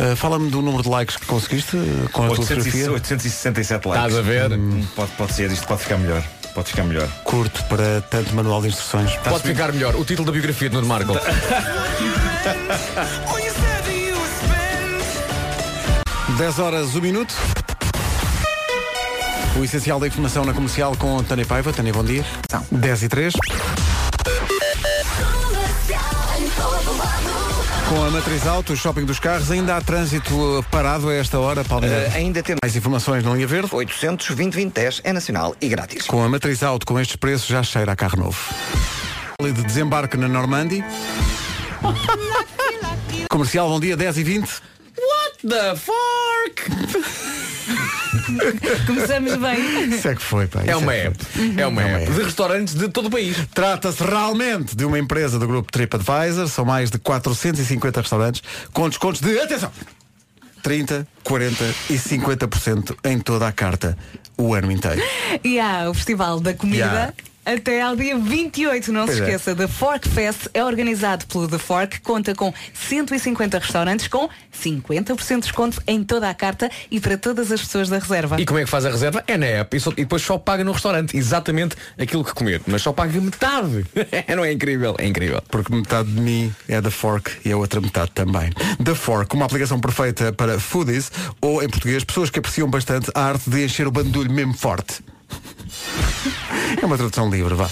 S1: Ah, Fala-me do número de likes que conseguiste ah, com a tua
S11: 800 e-
S1: fotografia.
S11: 867 likes.
S1: Estás a ver?
S11: Hum, Pode, pode ser, isto pode ficar melhor. Pode ficar melhor.
S1: Curto para tanto manual de instruções. Tá
S9: Pode ficar melhor. O título da biografia de Nuno Marco.
S6: When you said you were spent.
S1: 10 horas, 1 minuto. O essencial da informação na comercial com Tânia Paiva. Tânia, bom dia. São 10 e 3. Com a Matriz Auto, o shopping dos carros, ainda há trânsito eh, parado a esta hora, Palmeiras.
S3: Eh, ainda temos
S1: mais informações na linha verde.
S3: 820-2010 é nacional e grátis.
S1: Com a Matriz Auto, com estes preços, já cheira a carro novo. Ali de desembarque na Normandy. Comercial, bom dia, 10 e 20.
S9: What the fork?
S2: Começamos bem.
S1: Isso é que foi, pá.
S9: É
S1: isso
S9: uma
S1: que foi.
S9: app. É uma app. De restaurantes de todo o país.
S1: Trata-se realmente de uma empresa do grupo TripAdvisor. São mais de 450 restaurantes com descontos de, atenção, 30, 40 e 50% em toda a carta o ano inteiro.
S2: E há o Festival da Comida.
S1: Yeah.
S2: Até ao dia 28, não
S1: Pois
S2: se
S1: é.
S2: esqueça, The Fork Fest é organizado pelo The Fork, conta com 150 restaurantes com 50% de desconto em toda a carta e para todas as pessoas da reserva.
S9: E como é que faz a reserva? É na app. E, só- e depois só paga no restaurante exatamente aquilo que comer. Mas só paga metade. Não é incrível? É incrível.
S1: Porque metade de mim é da Fork e a outra metade também. The Fork, uma aplicação perfeita para foodies ou, em português, pessoas que apreciam bastante a arte de encher o bandulho mesmo forte. É uma tradução livre, vá.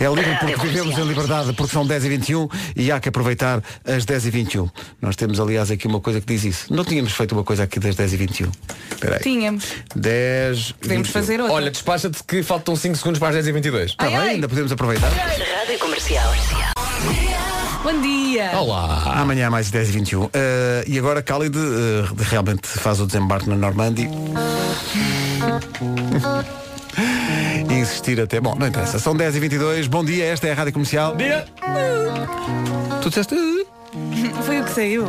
S1: É livre porque vivemos em liberdade, porque são 10 e 21 e há que aproveitar as 10 e 21. Nós temos, aliás, aqui uma coisa que diz isso. Não tínhamos feito uma coisa aqui das 10 e 21. Espera aí.
S2: Tínhamos.
S1: 10
S9: Podemos
S2: fazer outra.
S9: Olha, despacha-te que faltam 5 segundos para as 10h22.
S1: Está Tá bem, ainda podemos aproveitar.
S6: Rádio Comercial.
S2: Bom dia!
S1: Olá! Amanhã mais 10 e 21. Uh, e agora Khalid uh, realmente faz o desembarque na Normandy. E insistir até. Bom, não interessa. São 10 e 22 Bom dia, esta é a Rádio Comercial. Dia! Tu disseste. "Ah".
S2: Foi o que saiu.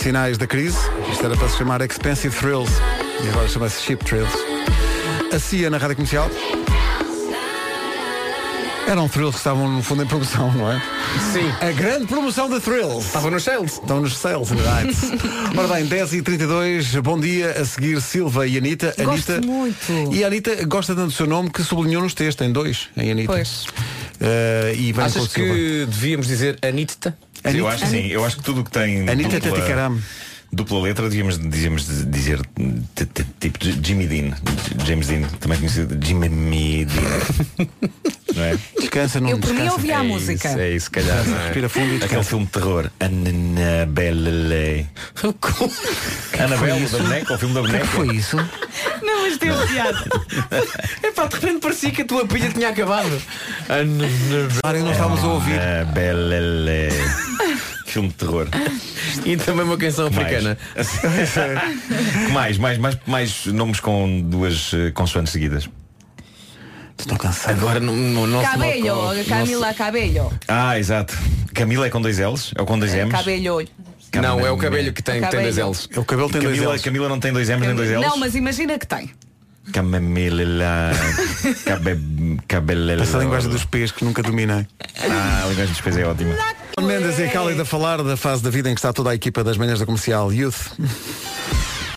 S1: Sinais da crise. Isto era para se chamar Expensive Thrills. E agora chama-se Ship Thrills. A CIA na Rádio Comercial. Eram thrills que estavam no fundo em promoção, não é? Sim. A grande promoção da Thrills. Estavam
S9: nos sales.
S1: Estão nos sales, right. Ora bem, 10h32, bom dia. A seguir Silva e Anitta.
S2: Gosto
S1: Anitta-
S2: muito.
S1: E a Anitta gosta tanto do seu nome que sublinhou nos textos, em dois, em Anitta.
S2: Pois.
S1: Eh, e vem com
S9: Achas
S1: o Silva.
S9: que devíamos dizer Anitta?
S11: Eu acho que sim, eu acho que tudo o que tem.
S1: Anitta
S11: dupla-
S1: Taticaram.
S11: Dupla letra, devíamos, devíamos dizer t- t- tipo J- Jimmy Dean. J- James Dean, também conhecido. Jimmy Dean. não é?
S1: Descansa, não
S2: Eu, por mim,
S1: descansa.
S2: ouvi a
S11: é
S2: música.
S11: Isso, é isso, se calhar. não é?
S1: Respira fundo e
S11: Aquele
S1: descansa.
S11: filme de terror. Annabelle. Annabelle, da boneca, o filme da boneca.
S1: é foi isso?
S7: Não, mas teve piada.
S13: Е,
S9: É pá, de repente parecia que a tua pilha tinha acabado.
S1: Claro, não estávamos a ouvir.
S11: Annabelle. filme de terror.
S9: E também uma canção africana.
S11: Que mais, mais, mais, mais nomes com duas eh, consoantes seguidas.
S1: Estou cansado.
S9: Agora não, não, não se me
S2: Cabello,
S9: ocorre. Não
S2: Camila, cabello.
S11: Ah, exato. Camila é com dois L's? Ou com dois
S2: É,
S11: M's?
S2: Cabelho.
S9: se- Não, é o cabelo que tem, que tem dois
S2: Cabelo.
S9: L's.
S1: O cabelo tem
S11: Camila,
S1: dois L's.
S11: Camila não tem dois M's nem dois L's?
S2: Não, mas imagina que tem.
S11: Camamela. Cabelela.
S1: Essa linguagem dos P's que nunca dominei.
S11: Ah, a linguagem dos pés é ótima.
S1: é Mendes e a Cálida falar da fase da vida em que está toda a equipa das manhãs da comercial Youth.